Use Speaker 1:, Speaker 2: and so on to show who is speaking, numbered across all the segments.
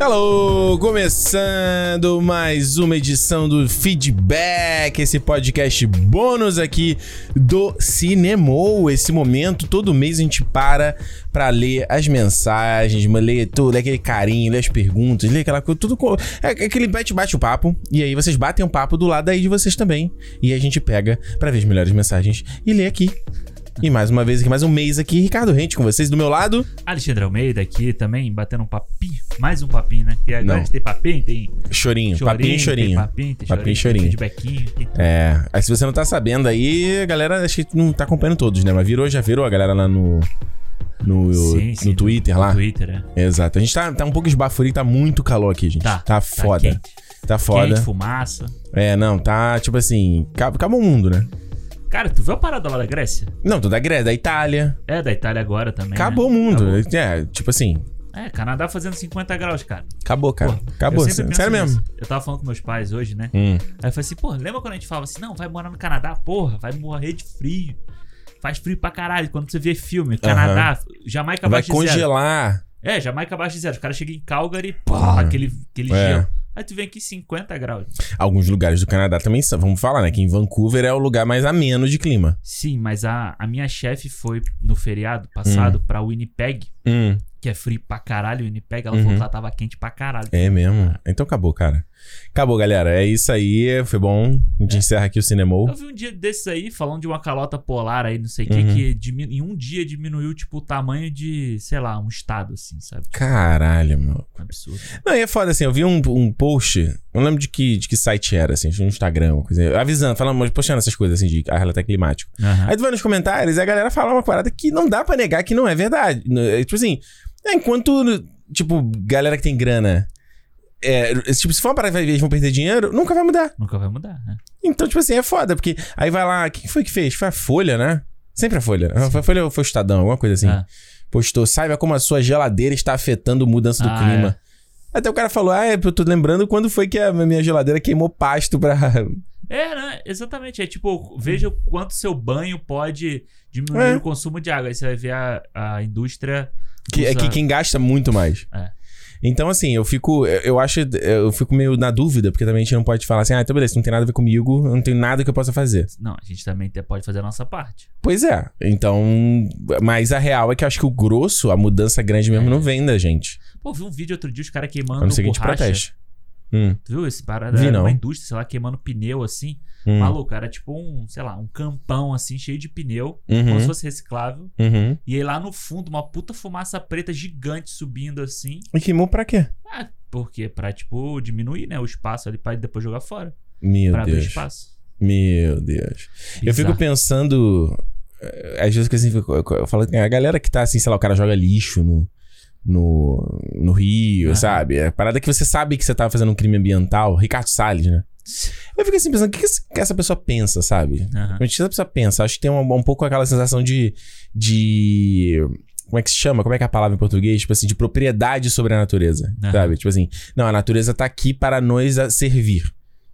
Speaker 1: Hello! Começando mais uma edição do Feedback, esse podcast bônus aqui do Cinemou. Esse momento, todo mês a gente para pra ler as mensagens, mas ler tudo, ler aquele carinho, ler as perguntas, ler aquela coisa, tudo. co- É aquele bate-bate o papo, e aí vocês batem o papo do lado aí de vocês também. E a gente pega pra ver as melhores mensagens e lê aqui. E mais uma vez aqui, mais um mês aqui, Ricardo Rente com vocês do meu lado.
Speaker 2: Alexandre Almeida aqui também, batendo um papinho. Mais um papinho, né? Que agora
Speaker 1: Não.
Speaker 2: a gente tem papinho, tem
Speaker 1: Chorinho, papinho e
Speaker 2: tem
Speaker 1: chorinho.
Speaker 2: papinho, tem
Speaker 1: Papinho e
Speaker 2: chorinho,
Speaker 1: chorinho.
Speaker 2: tem feedbackinho. tem tudo.
Speaker 1: É, aí se você não tá sabendo aí, a galera acho que não tá acompanhando todos, né? Mas virou, já virou a galera lá no. No,
Speaker 2: Sim,
Speaker 1: no
Speaker 2: sim, no-
Speaker 1: Twitter lá.
Speaker 2: Twitter, é.
Speaker 1: Exato. A gente tá, tá um pouco esbaforido, tá muito calor aqui, gente.
Speaker 2: Tá.
Speaker 1: Tá foda.
Speaker 2: quente,
Speaker 1: Tá, foda.
Speaker 2: Quente, fumaça.
Speaker 1: é, não, tá tipo assim. ca- Acabou o mundo, né?
Speaker 2: Cara, tu viu a parada lá da Grécia?
Speaker 1: Não, tô da Grécia, da Itália.
Speaker 2: É, da Itália agora também. né?
Speaker 1: Acabou o mundo. É, tipo assim.
Speaker 2: É, Canadá fazendo 50 graus, cara.
Speaker 1: Acabou, cara.
Speaker 2: Pô,
Speaker 1: acabou.
Speaker 2: Eu sempre
Speaker 1: Sério
Speaker 2: penso
Speaker 1: mesmo.
Speaker 2: nisso. Eu tava falando com meus pais hoje, né?
Speaker 1: Hum.
Speaker 2: Aí eu falei assim, pô, lembra quando a gente falava assim, não, vai morar no Canadá, porra, vai morrer de frio. Faz frio pra caralho. Quando você vê filme, Canadá, Jamaica
Speaker 1: Vai
Speaker 2: abaixo de zero.
Speaker 1: congelar.
Speaker 2: É, Jamaica abaixo de zero. Os caras chegam em Calgary,
Speaker 1: Porra.
Speaker 2: pá, aquele, aquele
Speaker 1: É.
Speaker 2: gelo. Aí tu vem aqui 50 graus.
Speaker 1: Alguns lugares do Canadá também são. Vamos falar, né? Que em Vancouver é o lugar mais ameno de clima.
Speaker 2: Sim, mas a, a minha chefe foi no feriado passado pra Winnipeg,
Speaker 1: Hum.
Speaker 2: que é frio pra caralho. Winnipeg, ela
Speaker 1: Uhum.
Speaker 2: falou que ela tava quente pra caralho.
Speaker 1: É mesmo? Então acabou, cara. Acabou, galera. É isso aí. Foi bom. A gente encerra aqui o Cinemou.
Speaker 2: Eu vi um dia desses aí, falando de uma calota polar aí, não sei o que,
Speaker 1: Uhum.
Speaker 2: que diminu- em um dia diminuiu, tipo, o tamanho de, sei lá, um estado, assim, sabe?
Speaker 1: Caralho, meu.
Speaker 2: Um absurdo.
Speaker 1: Não, e é foda, assim. Eu vi um, um post. Eu não lembro de que, de que site era, assim. No Instagram, uma coisa. Avisando, falando, mas postando essas coisas, assim, de alerta climático. Aí tu vai nos comentários e a galera fala uma parada que não dá pra negar que não é verdade. N- é, Tipo assim, é, enquanto, tipo, galera que tem grana. É, esse tipo, se for uma parada que eles vão perder dinheiro, nunca vai mudar.
Speaker 2: Nunca vai mudar, né?
Speaker 1: Então, tipo assim, é foda, porque aí vai lá, quem foi que fez? Foi a Folha, né? Sempre a Folha. né? Foi a Folha ou foi o Estadão, alguma coisa assim.
Speaker 2: Ah.
Speaker 1: Postou, saiba como a sua geladeira está afetando a mudança do
Speaker 2: Ah,
Speaker 1: clima. Até o cara falou, ah, é, eu tô lembrando quando foi que a minha geladeira queimou pasto pra...
Speaker 2: É, né? Exatamente. É tipo, veja o quanto seu banho pode diminuir
Speaker 1: É.
Speaker 2: o consumo de água. Aí você vai ver a, a indústria.
Speaker 1: Que, é que quem gasta muito mais.
Speaker 2: É.
Speaker 1: Então, assim, eu fico... eu- Eu acho... Eu fico meio na dúvida, porque também a gente não pode falar assim, ah, então beleza, não tem nada a ver comigo, eu não tenho nada que eu possa fazer.
Speaker 2: Não, a gente também te- pode fazer a nossa parte.
Speaker 1: Pois é. Então... Mas a real é que eu acho que o grosso, a mudança grande mesmo,
Speaker 2: É.
Speaker 1: não vem da gente.
Speaker 2: Pô, vi um vídeo outro dia, os caras
Speaker 1: A
Speaker 2: queimando
Speaker 1: não ser que a gente
Speaker 2: borracha.
Speaker 1: proteste. Hum,
Speaker 2: Tu viu esse parada?
Speaker 1: Vi,
Speaker 2: era
Speaker 1: não.
Speaker 2: uma indústria, sei lá, queimando pneu assim.
Speaker 1: hum,
Speaker 2: Maluco, era tipo um, sei lá, um campão assim, cheio de pneu. Como se
Speaker 1: uhum,
Speaker 2: fosse reciclável.
Speaker 1: uhum.
Speaker 2: E aí lá no fundo, uma puta fumaça preta gigante subindo assim.
Speaker 1: E queimou pra quê?
Speaker 2: Ah, porque pra, tipo, diminuir, né? O espaço ali pra depois jogar fora.
Speaker 1: Meu
Speaker 2: pra abrir
Speaker 1: Deus.
Speaker 2: espaço.
Speaker 1: Meu Deus. Eu fico
Speaker 2: Bizarro.
Speaker 1: pensando. eh, Às vezes que assim, eu- eu eu falo, a galera que tá assim, sei lá, o cara joga lixo no. No, no Rio,
Speaker 2: Aham.
Speaker 1: sabe? É a parada que você sabe que você tá fazendo um crime ambiental. Ricardo Salles, né? Eu fico assim pensando, o que, que esse- que essa pessoa pensa, sabe?
Speaker 2: Aham.
Speaker 1: A gente precisa pensar. Acho que tem um, um pouco aquela sensação de. de. Como é que se chama? Como é que é a palavra em português? Tipo assim, de propriedade sobre a natureza.
Speaker 2: Aham.
Speaker 1: Sabe? Tipo assim, não, a natureza tá aqui para nós a servir.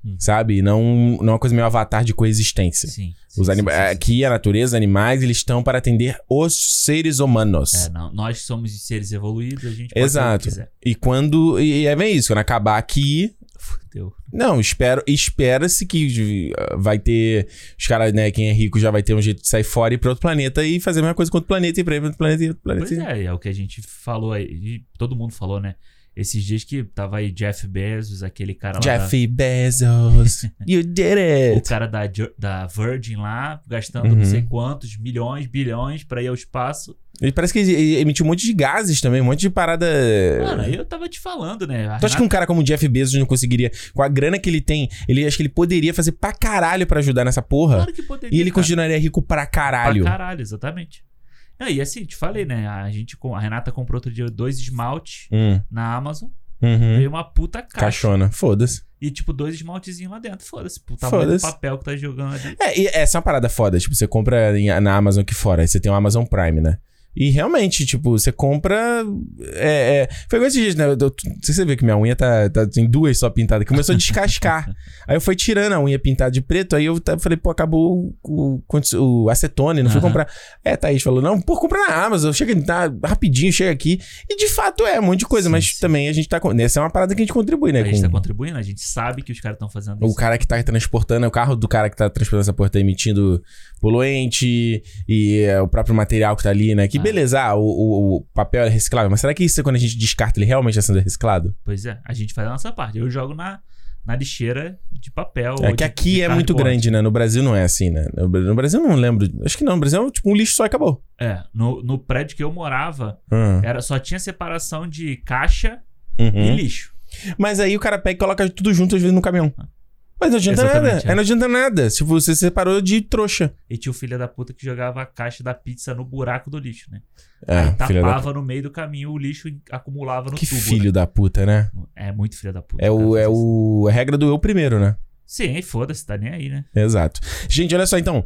Speaker 2: Hum.
Speaker 1: Sabe? E Não, não é uma coisa meio avatar de coexistência.
Speaker 2: Sim.
Speaker 1: Os
Speaker 2: sim,
Speaker 1: anima- é,
Speaker 2: sim, sim, sim.
Speaker 1: Aqui a natureza, animais, eles estão para atender os seres humanos.
Speaker 2: É, não. Nós somos seres evoluídos, a gente pode
Speaker 1: Exato.
Speaker 2: fazer o que
Speaker 1: E quando. E é bem isso, quando acabar aqui.
Speaker 2: quiser. Fudeu.
Speaker 1: Não, espero, espera-se que uh, vai ter. Os caras, né, quem é rico já vai ter um jeito de sair fora e ir pra outro planeta e fazer a mesma coisa com outro planeta e ir pra outro planeta e outro planeta.
Speaker 2: Pois é, é o que a gente falou aí. e todo mundo falou, né? Esses dias que tava aí Jeff Bezos, aquele cara lá. da-
Speaker 1: Jeff Bezos, you did
Speaker 2: o
Speaker 1: it!
Speaker 2: cara da, Ju- da Virgin lá, gastando
Speaker 1: Uhum.
Speaker 2: não sei quantos milhões, bilhões pra ir ao espaço.
Speaker 1: E parece que ele emitiu um monte de gases também, um monte de parada. É.
Speaker 2: Mano, eu tava te falando, né? A
Speaker 1: Tu acha que um cara como o Jeff Bezos não conseguiria? Com a grana que ele tem, ele acho que ele poderia fazer pra caralho pra ajudar nessa porra.
Speaker 2: Claro que poderia.
Speaker 1: E ele
Speaker 2: cara.
Speaker 1: continuaria rico pra caralho.
Speaker 2: Pra caralho, exatamente. É, e assim, te falei, né? A gente com a Renata comprou outro dia dois esmaltes
Speaker 1: Hum,
Speaker 2: na Amazon.
Speaker 1: uhum.
Speaker 2: Veio uma puta caixa.
Speaker 1: Caixona. Foda-se.
Speaker 2: E, tipo, dois esmaltezinhos lá dentro. Foda-se. O tamanho
Speaker 1: Foda-se.
Speaker 2: do papel que tá jogando ali.
Speaker 1: É, e essa é uma parada foda. Tipo, você compra em- na Amazon aqui fora. Aí você tem o Amazon Prime, né? E realmente, tipo, você compra. É, é... Foi igual esses dias, né? Eu, eu, não sei se você vê que minha unha tá, tá. Tem duas só pintadas. Começou a descascar. aí eu fui tirando a unha pintada de preto. Aí eu tá- falei, pô, acabou o, o, o acetone, não fui
Speaker 2: Aham.
Speaker 1: comprar. É, Thaís falou, não, pô, compra na Amazon. Chega tá, rapidinho, chega aqui. E de fato é um monte de coisa,
Speaker 2: Sim,
Speaker 1: mas
Speaker 2: sim.
Speaker 1: também a gente tá. con- Essa é uma parada que a gente contribui, né?
Speaker 2: A gente
Speaker 1: com-
Speaker 2: tá contribuindo, a gente sabe que os caras estão fazendo
Speaker 1: o
Speaker 2: isso.
Speaker 1: cara que tá transportando, o carro do cara que tá transportando essa porra tá emitindo poluente e é, o próprio material que tá ali, né? Que
Speaker 2: Ah.
Speaker 1: beleza, ah, o, o- o papel é reciclável, mas será que isso é quando a gente descarta ele realmente está sendo reciclado?
Speaker 2: Pois é, a gente faz a nossa parte. Eu jogo na, na lixeira de papel.
Speaker 1: é
Speaker 2: ou
Speaker 1: que
Speaker 2: de-
Speaker 1: aqui
Speaker 2: de
Speaker 1: é muito
Speaker 2: cardboard.
Speaker 1: grande, né? No Brasil não é assim, né? No, Bra- no Brasil eu não lembro. Acho que não, no Brasil é tipo um lixo só e acabou.
Speaker 2: É, no, no prédio que eu morava,
Speaker 1: Ah,
Speaker 2: era, só tinha separação de caixa e
Speaker 1: uhum.
Speaker 2: lixo.
Speaker 1: Mas aí o cara pega e coloca tudo junto às vezes no caminhão. Mas não adianta
Speaker 2: Ah. Exatamente,
Speaker 1: nada.
Speaker 2: é.
Speaker 1: Aí não adianta nada. Se você separou de trouxa.
Speaker 2: E tinha o filho da puta que jogava a caixa da pizza no buraco do lixo, né?
Speaker 1: Ah,
Speaker 2: Aí
Speaker 1: filho da...
Speaker 2: tapava no meio do caminho, o lixo en- acumulava no
Speaker 1: Que
Speaker 2: tubo.
Speaker 1: filho da puta, né?
Speaker 2: né? É muito filho da puta.
Speaker 1: É,
Speaker 2: cara,
Speaker 1: o,
Speaker 2: fazer
Speaker 1: é
Speaker 2: isso.
Speaker 1: o, a regra do eu primeiro, né?
Speaker 2: Sim, foda-se, tá nem aí, né?
Speaker 1: Exato. Gente, olha só então.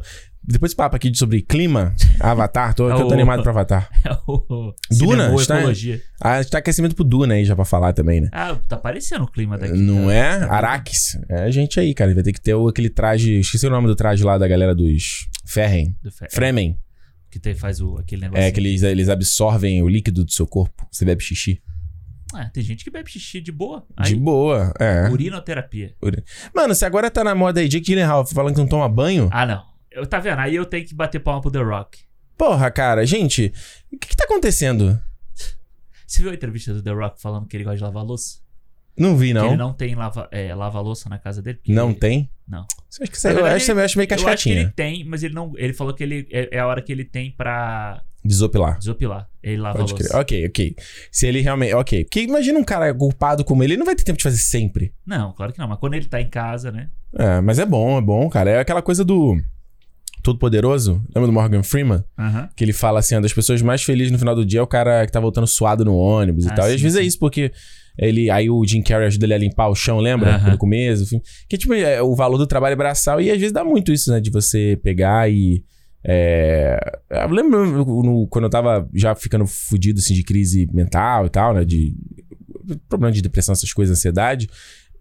Speaker 1: Depois desse papo aqui de- sobre clima, Avatar, tô, que eu tô
Speaker 2: Opa.
Speaker 1: animado pra Avatar.
Speaker 2: É o.
Speaker 1: Duna,
Speaker 2: Cinemou
Speaker 1: está-
Speaker 2: Ecologia.
Speaker 1: Ah, tá aquecimento pro Duna aí já pra falar também, né?
Speaker 2: Ah, tá parecendo o clima daqui.
Speaker 1: Não
Speaker 2: cara.
Speaker 1: é? Araques. É a gente aí, cara. Vai ter que ter o- aquele traje. Esqueci o nome do traje lá da galera dos Ferren.
Speaker 2: Do fe-
Speaker 1: Fremen.
Speaker 2: Que tem, faz o, aquele negócio.
Speaker 1: É que eles, eles absorvem o líquido do seu corpo. Você bebe xixi.
Speaker 2: Ah, tem gente que bebe xixi de boa.
Speaker 1: De
Speaker 2: Aí,
Speaker 1: boa. É.
Speaker 2: urinoterapia.
Speaker 1: Mano, se agora tá na moda aí, Jake Gyllenhaal falando que não toma banho.
Speaker 2: Ah, não. Eu, tá vendo? Aí eu tenho que bater palma pro The Rock.
Speaker 1: Porra, cara. Gente, o que que tá acontecendo?
Speaker 2: Você viu a entrevista do The Rock falando que ele gosta de lavar louça?
Speaker 1: Não vi,
Speaker 2: Que ele
Speaker 1: não.
Speaker 2: não tem lava, é, lava louça na casa dele? porque
Speaker 1: Não
Speaker 2: ele-
Speaker 1: tem?
Speaker 2: Não.
Speaker 1: Você acha que é isso aí-
Speaker 2: Na
Speaker 1: Eu
Speaker 2: verdade,
Speaker 1: acho eu acho meio
Speaker 2: Eu acho que
Speaker 1: cascatinha.
Speaker 2: ele tem, mas ele não. Ele falou que ele é, é a hora que ele tem pra
Speaker 1: Desopilar.
Speaker 2: desopilar. Ele lava
Speaker 1: Pode
Speaker 2: a
Speaker 1: crer.
Speaker 2: louça.
Speaker 1: Ok, ok. Se ele realmente. Ok. Porque imagina um cara culpado como ele, ele não vai ter tempo de fazer sempre.
Speaker 2: Não, claro que não. Mas quando ele tá em casa, né?
Speaker 1: É, mas é bom, é bom, cara. É aquela coisa do. Todo Poderoso, lembra do Morgan Freeman?
Speaker 2: Aham.
Speaker 1: Que ele fala assim: uma das pessoas mais felizes no final do dia é o cara que tá voltando suado no ônibus e
Speaker 2: Ah,
Speaker 1: tal. E às
Speaker 2: sim,
Speaker 1: vezes é
Speaker 2: sim.
Speaker 1: isso, porque ele. Aí o Jim Carrey ajuda ele a limpar o chão, lembra?
Speaker 2: Aham.
Speaker 1: No começo, enfim. Que tipo, é o valor do trabalho braçal. E às vezes dá muito isso, né? De você pegar e. É... Eu lembro no- quando eu tava já ficando fudido assim, de crise mental e tal, né? De problema de depressão, essas coisas, ansiedade.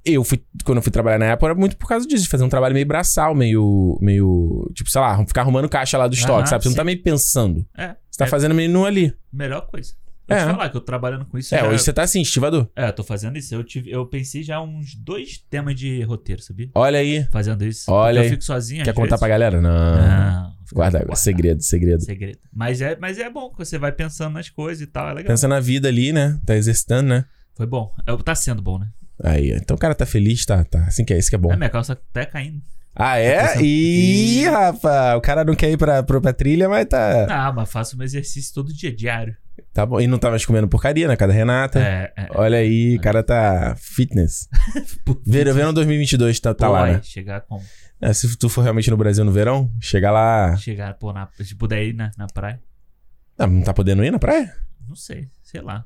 Speaker 1: Eu fui, quando eu fui trabalhar na Apple, era muito por causa disso, de fazer um trabalho meio braçal, meio. meio tipo, sei lá, ficar arrumando caixa lá do estoque,
Speaker 2: Aham,
Speaker 1: sabe? Você não
Speaker 2: sim.
Speaker 1: tá meio pensando.
Speaker 2: É.
Speaker 1: Você tá
Speaker 2: É.
Speaker 1: fazendo meio nu ali.
Speaker 2: Melhor coisa. Vou
Speaker 1: É.
Speaker 2: te falar que eu trabalhando com isso.
Speaker 1: é,
Speaker 2: já-
Speaker 1: hoje você tá assim, estivador.
Speaker 2: É, eu tô fazendo isso. Eu, tive, eu pensei já uns dois temas de roteiro, sabia?
Speaker 1: Olha aí.
Speaker 2: Fazendo isso.
Speaker 1: Olha
Speaker 2: Porque
Speaker 1: aí.
Speaker 2: Eu fico sozinho.
Speaker 1: Quer
Speaker 2: às
Speaker 1: contar
Speaker 2: vezes.
Speaker 1: pra galera? Não.
Speaker 2: Não. fica-
Speaker 1: Guarda, segredo, segredo.
Speaker 2: Ah. Segredo. Mas é, mas é bom que você vai pensando nas coisas e tal. É legal.
Speaker 1: Pensa na vida ali, né? Tá exercitando, né?
Speaker 2: Foi bom. É, tá sendo bom, né?
Speaker 1: Aí, então o cara tá feliz, tá? tá. Assim que é, isso que é bom.
Speaker 2: A minha calça tá caindo.
Speaker 1: Ah, é? Ih, rapaz, o cara não quer ir pra, pra, pra trilha, mas tá.
Speaker 2: Ah, mas faço meu exercício todo dia, diário.
Speaker 1: Tá bom. E não tá mais comendo porcaria na casa da Renata.
Speaker 2: É, é.
Speaker 1: Olha aí, o cara tá fitness.
Speaker 2: Pô,
Speaker 1: Verão, verão 2022 tá, tá
Speaker 2: pô,
Speaker 1: lá,
Speaker 2: aí,
Speaker 1: né?
Speaker 2: Chegar com.
Speaker 1: É, se tu for realmente no Brasil no verão, chega lá.
Speaker 2: Chegar, pô, na, se puder ir na, na praia.
Speaker 1: Ah, não tá podendo ir na praia?
Speaker 2: Não sei, sei lá.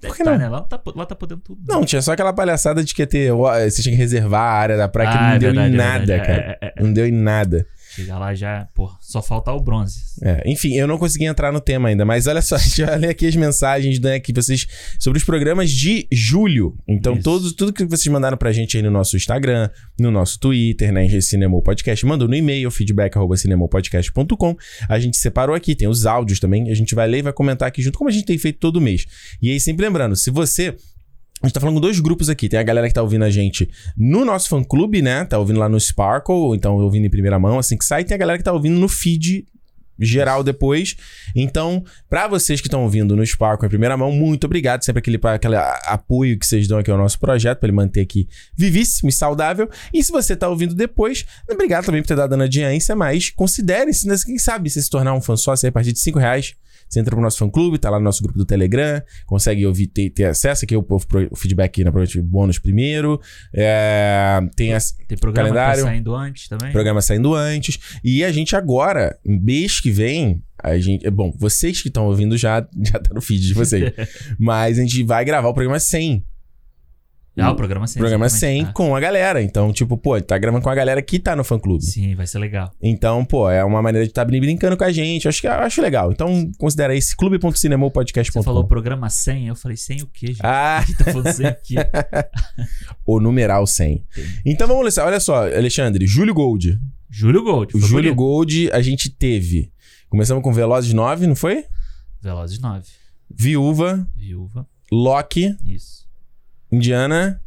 Speaker 1: Por que
Speaker 2: tá,
Speaker 1: não?
Speaker 2: Né? Lá, não tá, po- lá tá podendo tudo. né?
Speaker 1: Não, tinha só aquela palhaçada de que ia ter, ó, você tinha que reservar a área da praia, que
Speaker 2: Ah,
Speaker 1: não
Speaker 2: é
Speaker 1: deu
Speaker 2: verdade,
Speaker 1: em
Speaker 2: é
Speaker 1: nada,
Speaker 2: verdade.
Speaker 1: cara.
Speaker 2: É, é, é.
Speaker 1: Não deu em nada.
Speaker 2: Chegar lá já, pô, só faltar o bronze.
Speaker 1: É, enfim, eu não consegui entrar no tema ainda, mas olha só, deixa eu ler aqui as mensagens, né, que vocês. Sobre os programas de julho. Então,
Speaker 2: Isso.
Speaker 1: todos, tudo que vocês mandaram pra gente aí no nosso Instagram, no nosso Twitter, né? em Cinemol Podcast, mandou no e-mail, feedback.cinemopodcast.com. A gente separou aqui, tem os áudios também. A gente vai ler e vai comentar aqui junto, como a gente tem feito todo mês. E aí, sempre lembrando, se você. A gente tá falando com dois grupos aqui. Tem a galera que tá ouvindo a gente no nosso fã clube, né? Tá ouvindo lá no Sparkle, ou então ouvindo em primeira mão, assim que sai. Tem a galera que tá ouvindo no feed geral depois. Então, pra vocês que estão ouvindo no Sparkle em primeira mão, muito obrigado. Sempre aquele, aquele a- apoio que vocês dão aqui ao nosso projeto, pra ele manter aqui vivíssimo e saudável. E se você tá ouvindo depois, obrigado também por ter dado na audiência, mas considere, se, né, quem sabe, você se tornar um fã sócio aí a partir de 5 reais. Você entra pro nosso fã clube, tá lá no nosso grupo do Telegram, consegue ouvir, ter, ter acesso aqui, o, o feedback na programa de bônus primeiro. É, tem as,
Speaker 2: Tem programa
Speaker 1: Calendário.
Speaker 2: que tá saindo antes também.
Speaker 1: programa saindo antes. E a gente agora, mês que vem, a gente. é Bom, vocês que estão ouvindo já, já tá no feed de vocês. Mas a gente vai gravar o programa 100.
Speaker 2: Ah, o programa 100.
Speaker 1: programa
Speaker 2: exatamente,
Speaker 1: 100
Speaker 2: tá.
Speaker 1: com a galera. Então, tipo, pô, ele tá gravando com a galera que tá no fã-clube.
Speaker 2: Sim, vai ser legal.
Speaker 1: Então, pô, é uma maneira de estar brincando com a gente. Acho que acho legal. Então, considera esse
Speaker 2: Você
Speaker 1: clube.cinemopodcast.com.
Speaker 2: falou programa 100, eu falei 100 o quê, gente?
Speaker 1: Ah,
Speaker 2: Tá falando 100 aqui.
Speaker 1: o numeral 100.
Speaker 2: Entendi.
Speaker 1: Então vamos lá. Olha só, Alexandre, Júlio Gold.
Speaker 2: Júlio Gold.
Speaker 1: O
Speaker 2: foi
Speaker 1: Júlio
Speaker 2: bonito.
Speaker 1: Gold a gente teve. Começamos com Velozes 9, não foi?
Speaker 2: Velozes 9.
Speaker 1: Viúva,
Speaker 2: Viúva.
Speaker 1: Loki,
Speaker 2: Isso.
Speaker 1: Indiana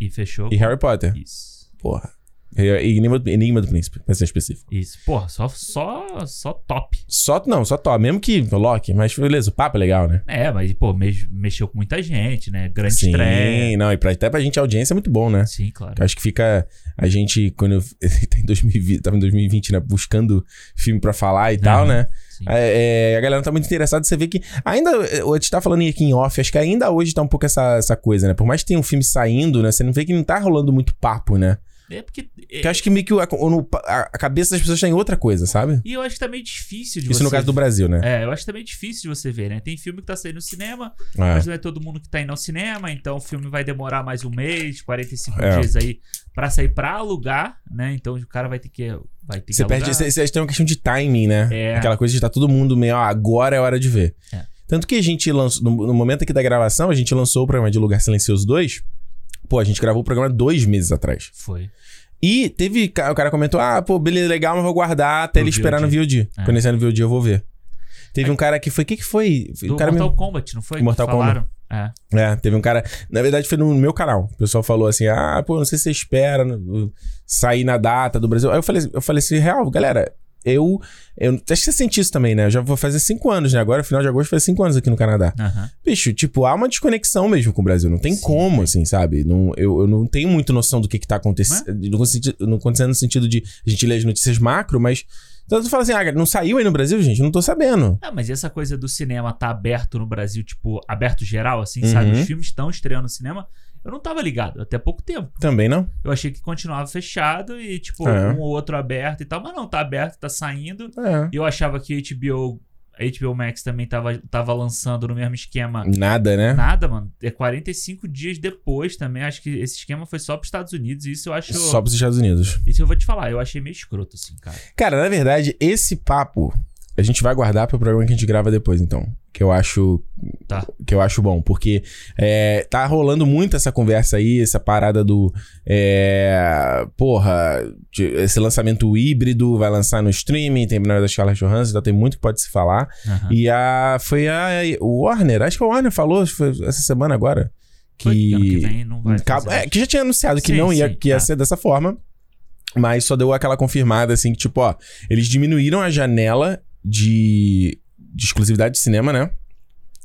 Speaker 2: E fechou.
Speaker 1: e Harry Potter.
Speaker 2: Isso.
Speaker 1: Porra. E- e Enigma, Enigma do Príncipe, pra ser específico.
Speaker 2: Isso. Porra, só, só, só top.
Speaker 1: Só, não, só Thor. Mesmo que Loki, mas beleza, o papo é legal, né?
Speaker 2: É, mas, pô, mex- mexeu com muita gente, né? Grande
Speaker 1: Sim,
Speaker 2: estreia.
Speaker 1: não, e pra, até pra gente a audiência é muito bom, né?
Speaker 2: Sim, claro.
Speaker 1: Eu acho que fica a gente, quando eu, tá em 2020, tava em 2020, né? Buscando filme pra falar e
Speaker 2: Uhum.
Speaker 1: tal, né?
Speaker 2: Sim.
Speaker 1: É, é, a galera não tá muito interessada. Você vê que ainda, é, a gente tá falando aqui em off, acho que ainda hoje tá um pouco essa, essa coisa, né? Por mais que tenha um filme saindo, né? Você não vê que não tá rolando muito papo, né?
Speaker 2: É porque. é-
Speaker 1: Porque eu acho que meio que o- a, o- a a cabeça das pessoas tá em outra coisa, sabe?
Speaker 2: E eu acho que tá meio difícil de
Speaker 1: Isso
Speaker 2: você.
Speaker 1: no caso do Brasil, né?
Speaker 2: É, eu acho que tá meio difícil de você ver, né? Tem filme que tá saindo no cinema,
Speaker 1: É.
Speaker 2: mas não é todo mundo que tá indo ao cinema, então o filme vai demorar mais um mês, 45
Speaker 1: É.
Speaker 2: dias aí pra sair pra alugar, né? Então o cara vai ter que. Vai ter
Speaker 1: Você
Speaker 2: que alugar.
Speaker 1: perde. Você, você tem uma questão de timing, né?
Speaker 2: É.
Speaker 1: Aquela coisa de estar todo mundo meio, ó, agora é hora de ver.
Speaker 2: É.
Speaker 1: Tanto que a gente lançou, no, no momento aqui da gravação, a gente lançou o programa de Lugar Silencioso 2. Pô, a gente gravou o programa dois meses atrás.
Speaker 2: Foi.
Speaker 1: E teve. ca- O cara comentou: ah, pô, beleza, legal, mas vou guardar até
Speaker 2: Pro
Speaker 1: ele esperar no VOD.
Speaker 2: É.
Speaker 1: Quando ele sair no VOD, eu vou ver. Teve um cara que foi. O que, que foi? Foi-
Speaker 2: Do
Speaker 1: o cara me-
Speaker 2: Mortal Kombat, não foi?
Speaker 1: Mortal
Speaker 2: Que falaram? É.
Speaker 1: É, teve um cara. Na verdade, foi no meu canal. O pessoal falou assim: ah, pô, não sei se você espera no- sair na data do Brasil. Aí eu falei, eu falei assim: real, galera, eu, eu. Acho que você sente isso também, né? Eu já vou fazer cinco anos, né? Agora, final de agosto, faz cinco anos aqui no Canadá.
Speaker 2: Aham.
Speaker 1: Bicho, tipo, há uma desconexão mesmo com o Brasil. Não tem
Speaker 2: Sim.
Speaker 1: como, assim, sabe? Não, eu, eu não tenho muito noção do que, que tá acontecendo. Não consigo- Não acontecendo no sentido de a gente ler as notícias macro, mas. Então tu fala assim, ah, cara, não saiu aí no Brasil, gente? Eu Não tô sabendo.
Speaker 2: Ah, mas e essa coisa do cinema tá aberto no Brasil, tipo, aberto geral, assim,
Speaker 1: Uhum.
Speaker 2: sabe? Os filmes estão estreando no cinema. Eu não tava ligado até pouco tempo.
Speaker 1: Também não.
Speaker 2: Eu achei que continuava fechado e, tipo,
Speaker 1: É.
Speaker 2: um ou outro aberto e tal. Mas não, tá aberto, tá saindo.
Speaker 1: É.
Speaker 2: E eu achava que HBO, HBO Max também tava, tava lançando no mesmo esquema.
Speaker 1: Nada, né?
Speaker 2: Nada, mano. É 45 dias depois também. Acho que esse esquema foi só pros Estados Unidos. E isso eu acho.
Speaker 1: Só pros Estados Unidos.
Speaker 2: Isso eu vou te falar. Eu achei meio escroto, assim, cara.
Speaker 1: Cara, na verdade, esse papo a gente vai guardar pro programa que a gente grava depois, então. Que eu acho.
Speaker 2: Tá.
Speaker 1: Que eu acho bom. Porque é, tá rolando muito essa conversa aí, essa parada do. é, porra, de- esse lançamento híbrido vai lançar no streaming, tem menor da Scarlett Johansson, então tem muito que pode se falar.
Speaker 2: Aham.
Speaker 1: E a. Foi a Warner, acho que a Warner falou foi essa semana agora.
Speaker 2: Foi
Speaker 1: Que.
Speaker 2: ano que vem não vai.
Speaker 1: Cabo-
Speaker 2: fazer,
Speaker 1: é, que já tinha anunciado que
Speaker 2: Sim,
Speaker 1: não ia,
Speaker 2: sim,
Speaker 1: que ia
Speaker 2: tá.
Speaker 1: ser dessa forma. Mas só deu aquela confirmada, assim, que, tipo, ó, eles diminuíram a janela de, de exclusividade de cinema, né?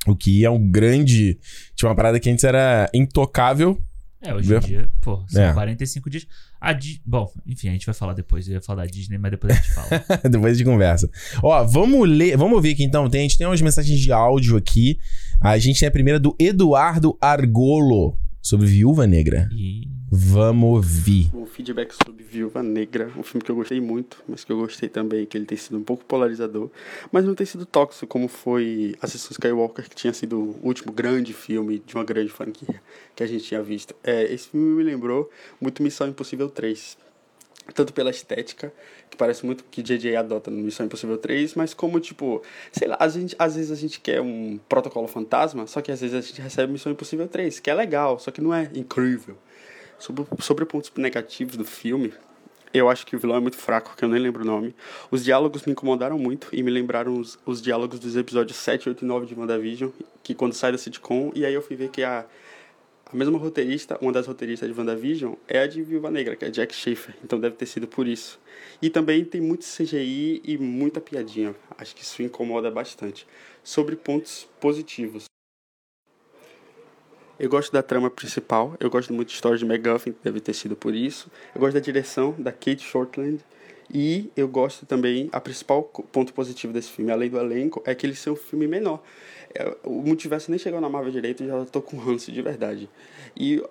Speaker 1: O que é um grande. Tipo, uma parada que antes era intocável.
Speaker 2: É, hoje em
Speaker 1: Viu?
Speaker 2: dia, pô, são
Speaker 1: É.
Speaker 2: 45 dias. A Di... Bom, enfim, a gente vai falar depois. Eu ia falar da Disney, mas depois a gente fala.
Speaker 1: Depois de conversa. Ó, vamos ler, vamos ouvir aqui então. Tem, a gente tem umas mensagens de áudio aqui. A gente tem a primeira do Eduardo Argolo sobre Viúva Negra.
Speaker 2: E.
Speaker 1: É, Vamos ouvir.
Speaker 3: Um feedback sobre Viúva Negra, um filme que eu gostei muito, mas que eu gostei também, que ele tem sido um pouco polarizador, mas não tem sido tóxico como foi Ascensão Skywalker, que tinha sido o último grande filme de uma grande franquia que a gente tinha visto. É, esse filme me lembrou muito Missão Impossível 3, tanto pela estética, que parece muito que JJ adota no Missão Impossível 3, mas como, tipo, sei lá, a gente, às vezes a gente quer um protocolo fantasma, só que às vezes a gente recebe Missão Impossível 3, que é legal, só que não é incrível. Sobre, sobre pontos negativos do filme, eu acho que o vilão é muito fraco, que eu nem lembro o nome. Os diálogos me incomodaram muito e me lembraram os, os diálogos dos episódios 7, 8 e 9 de WandaVision, que quando sai da sitcom, e aí eu fui ver que a, a mesma roteirista, uma das roteiristas de WandaVision, é a de Viúva Negra, que é Jack Schaefer, então deve ter sido por isso. E também tem muito CGI e muita piadinha, acho que isso incomoda bastante. Sobre pontos positivos. Eu gosto da trama principal, eu gosto muito de história de McGuffin, deve ter sido por isso. Eu gosto da direção da Kate Shortland. E eu gosto também, a principal co- ponto positivo desse filme, além do elenco, é que ele ser um filme menor. É, O multiverso nem chegou na Marvel direito e já tô com ranço de verdade. E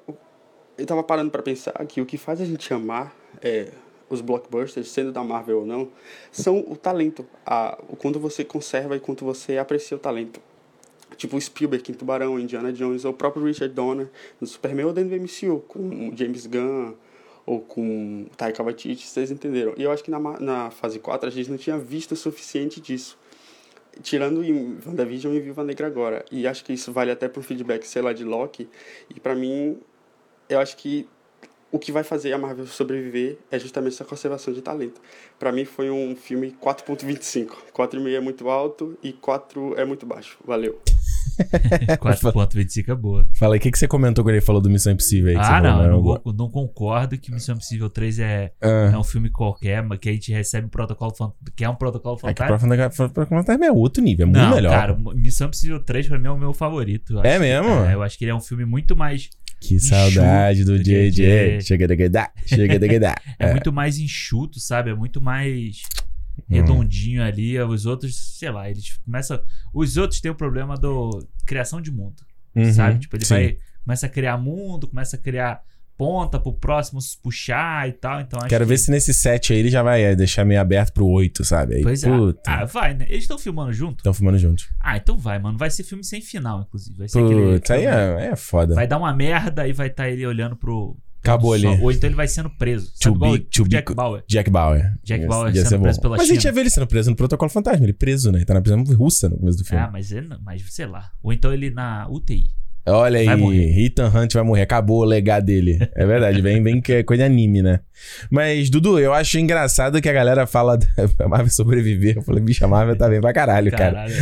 Speaker 3: eu tava parando para pensar que o que faz a gente amar é, os blockbusters, sendo da Marvel ou não, são o talento, a, o quanto você conserva e quanto você aprecia o talento. Tipo o Spielberg em Tubarão, Indiana Jones, ou o próprio Richard Donner no Superman ou dentro do MCU, com o James Gunn ou com o Taika Waititi, vocês entenderam. E eu acho que na, na fase 4 a gente não tinha visto o suficiente disso. Tirando em WandaVision e Viva Negra agora. E acho que isso vale até para um feedback, sei lá, de Loki. E para mim, eu acho que o que vai fazer a Marvel sobreviver é justamente essa conservação de talento. Para mim foi um filme 4.25. 4,5 é muito alto e 4 é muito baixo. Valeu.
Speaker 2: 4.25 é boa.
Speaker 1: Fala aí, o que, que você comentou quando ele falou do Missão Impossível aí? que
Speaker 2: Ah,
Speaker 1: você falou,
Speaker 2: não,
Speaker 1: né?
Speaker 2: eu não, vou- não concordo que Missão Impossível 3 é,
Speaker 1: Ah.
Speaker 2: é um filme qualquer, mas que a gente recebe um protocolo fan- que é um protocolo
Speaker 1: É que
Speaker 2: fantástico.
Speaker 1: o Profunda é outro nível, é muito
Speaker 2: não,
Speaker 1: melhor.
Speaker 2: cara, Missão Impossível 3 pra mim é o meu favorito. eu
Speaker 1: É
Speaker 2: acho.
Speaker 1: mesmo?
Speaker 2: É, eu acho que ele é um filme muito mais
Speaker 1: que saudade do
Speaker 2: do
Speaker 1: JJ.
Speaker 2: JJ.
Speaker 1: Chega da guedá, chega da guedá.
Speaker 2: É, muito mais enxuto, sabe? É muito mais
Speaker 1: Hum.
Speaker 2: redondinho ali. Os outros, sei lá, eles começam. Os outros têm o problema do criação de mundo,
Speaker 1: Uhum,
Speaker 2: sabe? Tipo, ele
Speaker 1: sim.
Speaker 2: vai. Começa a criar mundo, começa a criar ponta pro próximo se puxar e tal. Então acho
Speaker 1: Quero ver
Speaker 2: que-
Speaker 1: se nesse set aí ele já vai é, deixar meio aberto pro 8, sabe? Aí,
Speaker 2: Pois é.
Speaker 1: puta.
Speaker 2: Ah, vai, né? Eles estão filmando junto?
Speaker 1: Estão fumando junto.
Speaker 2: Ah, então vai, mano. Vai ser filme sem final, inclusive. Vai ser aquele.
Speaker 1: Puta, aí é, é foda.
Speaker 2: Vai dar uma merda e vai estar ele olhando pro.
Speaker 1: Acabou ali.
Speaker 2: sol. Ou então ele vai sendo preso. Sabe,
Speaker 1: To
Speaker 2: igual
Speaker 1: be- to
Speaker 2: o
Speaker 1: be
Speaker 2: Jack
Speaker 1: co-
Speaker 2: Bauer.
Speaker 1: Jack Bauer.
Speaker 2: Jack
Speaker 1: Ia-
Speaker 2: Bauer
Speaker 1: ia ser
Speaker 2: sendo
Speaker 1: bom.
Speaker 2: preso pela
Speaker 1: Mas a gente
Speaker 2: China.
Speaker 1: já vê ele sendo preso no Protocolo Fantasma. Ele preso, né? Ele tá na prisão russa no começo do filme.
Speaker 2: Ah, mas, ele, não- mas sei lá. Ou então ele na UTI.
Speaker 1: Olha
Speaker 2: Vai
Speaker 1: aí,
Speaker 2: morrer.
Speaker 1: Ethan Hunt vai morrer, acabou o legado dele. É verdade, vem, vem que é coisa de anime, né? Mas, Dudu, eu acho engraçado que a galera fala da Marvel sobreviver. Eu falei, bicho, a Marvel tá bem pra caralho, cara.
Speaker 2: Caralho.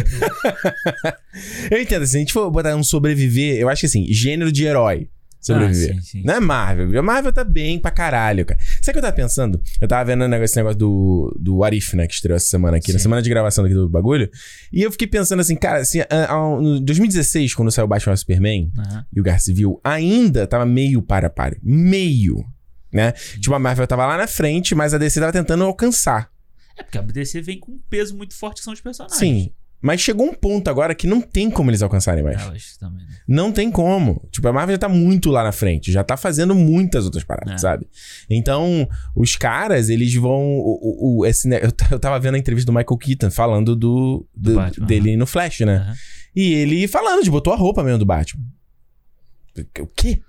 Speaker 2: é-
Speaker 1: Eu entendo, se a gente for botar um sobreviver, eu acho que assim, gênero de herói sobreviver.
Speaker 2: Ah, sim, sim.
Speaker 1: Não é Marvel. A Marvel tá bem pra caralho, cara. Sabe o que eu tava pensando? Eu tava vendo o negócio- esse negócio do, do Arif, né? Que estreou essa semana aqui, na
Speaker 2: Sim.
Speaker 1: semana de gravação aqui do bagulho. E eu fiquei pensando assim, cara, assim, a- a- no 2016, quando saiu Batman vs Superman
Speaker 2: Aham.
Speaker 1: e o Guerra Civil, ainda tava meio para para. Meio. Né? Tipo, a Marvel tava lá na frente, mas a DC tava tentando alcançar.
Speaker 2: É porque a BDC vem com um peso muito forte que são os personagens.
Speaker 1: Sim. Mas chegou um ponto agora que não tem como eles alcançarem mais.
Speaker 2: Eu acho também. né?
Speaker 1: Não tem como. Tipo, a Marvel já tá muito lá na frente, já tá fazendo muitas outras paradas,
Speaker 2: É.
Speaker 1: sabe? Então, os caras, eles vão. O, o- o- esse, ne- eu, ta- eu tava vendo a entrevista do Michael Keaton falando do, do-
Speaker 2: Batman,
Speaker 1: dele no Flash, né?
Speaker 2: Aham.
Speaker 1: E ele falando, de botou a roupa mesmo do Batman. O quê?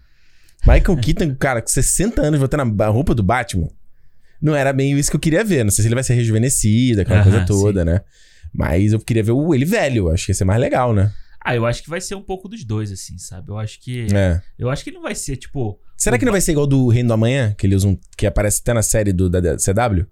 Speaker 1: Michael Keaton, cara, com 60 anos botando a roupa do Batman. Não era bem isso que eu queria ver. Não sei se ele vai ser rejuvenescido, aquela
Speaker 2: Aham,
Speaker 1: coisa toda, né? Mas eu queria ver o, ele velho. Acho que ia ser mais legal, né?
Speaker 2: Ah, eu acho que vai ser um pouco dos dois, assim, sabe? Eu acho que.
Speaker 1: É.
Speaker 2: Eu acho que ele não vai ser, tipo.
Speaker 1: Será que não vai ser igual do Reino do Amanhã? Que ele usa um. Que aparece até na série do, da, da CW?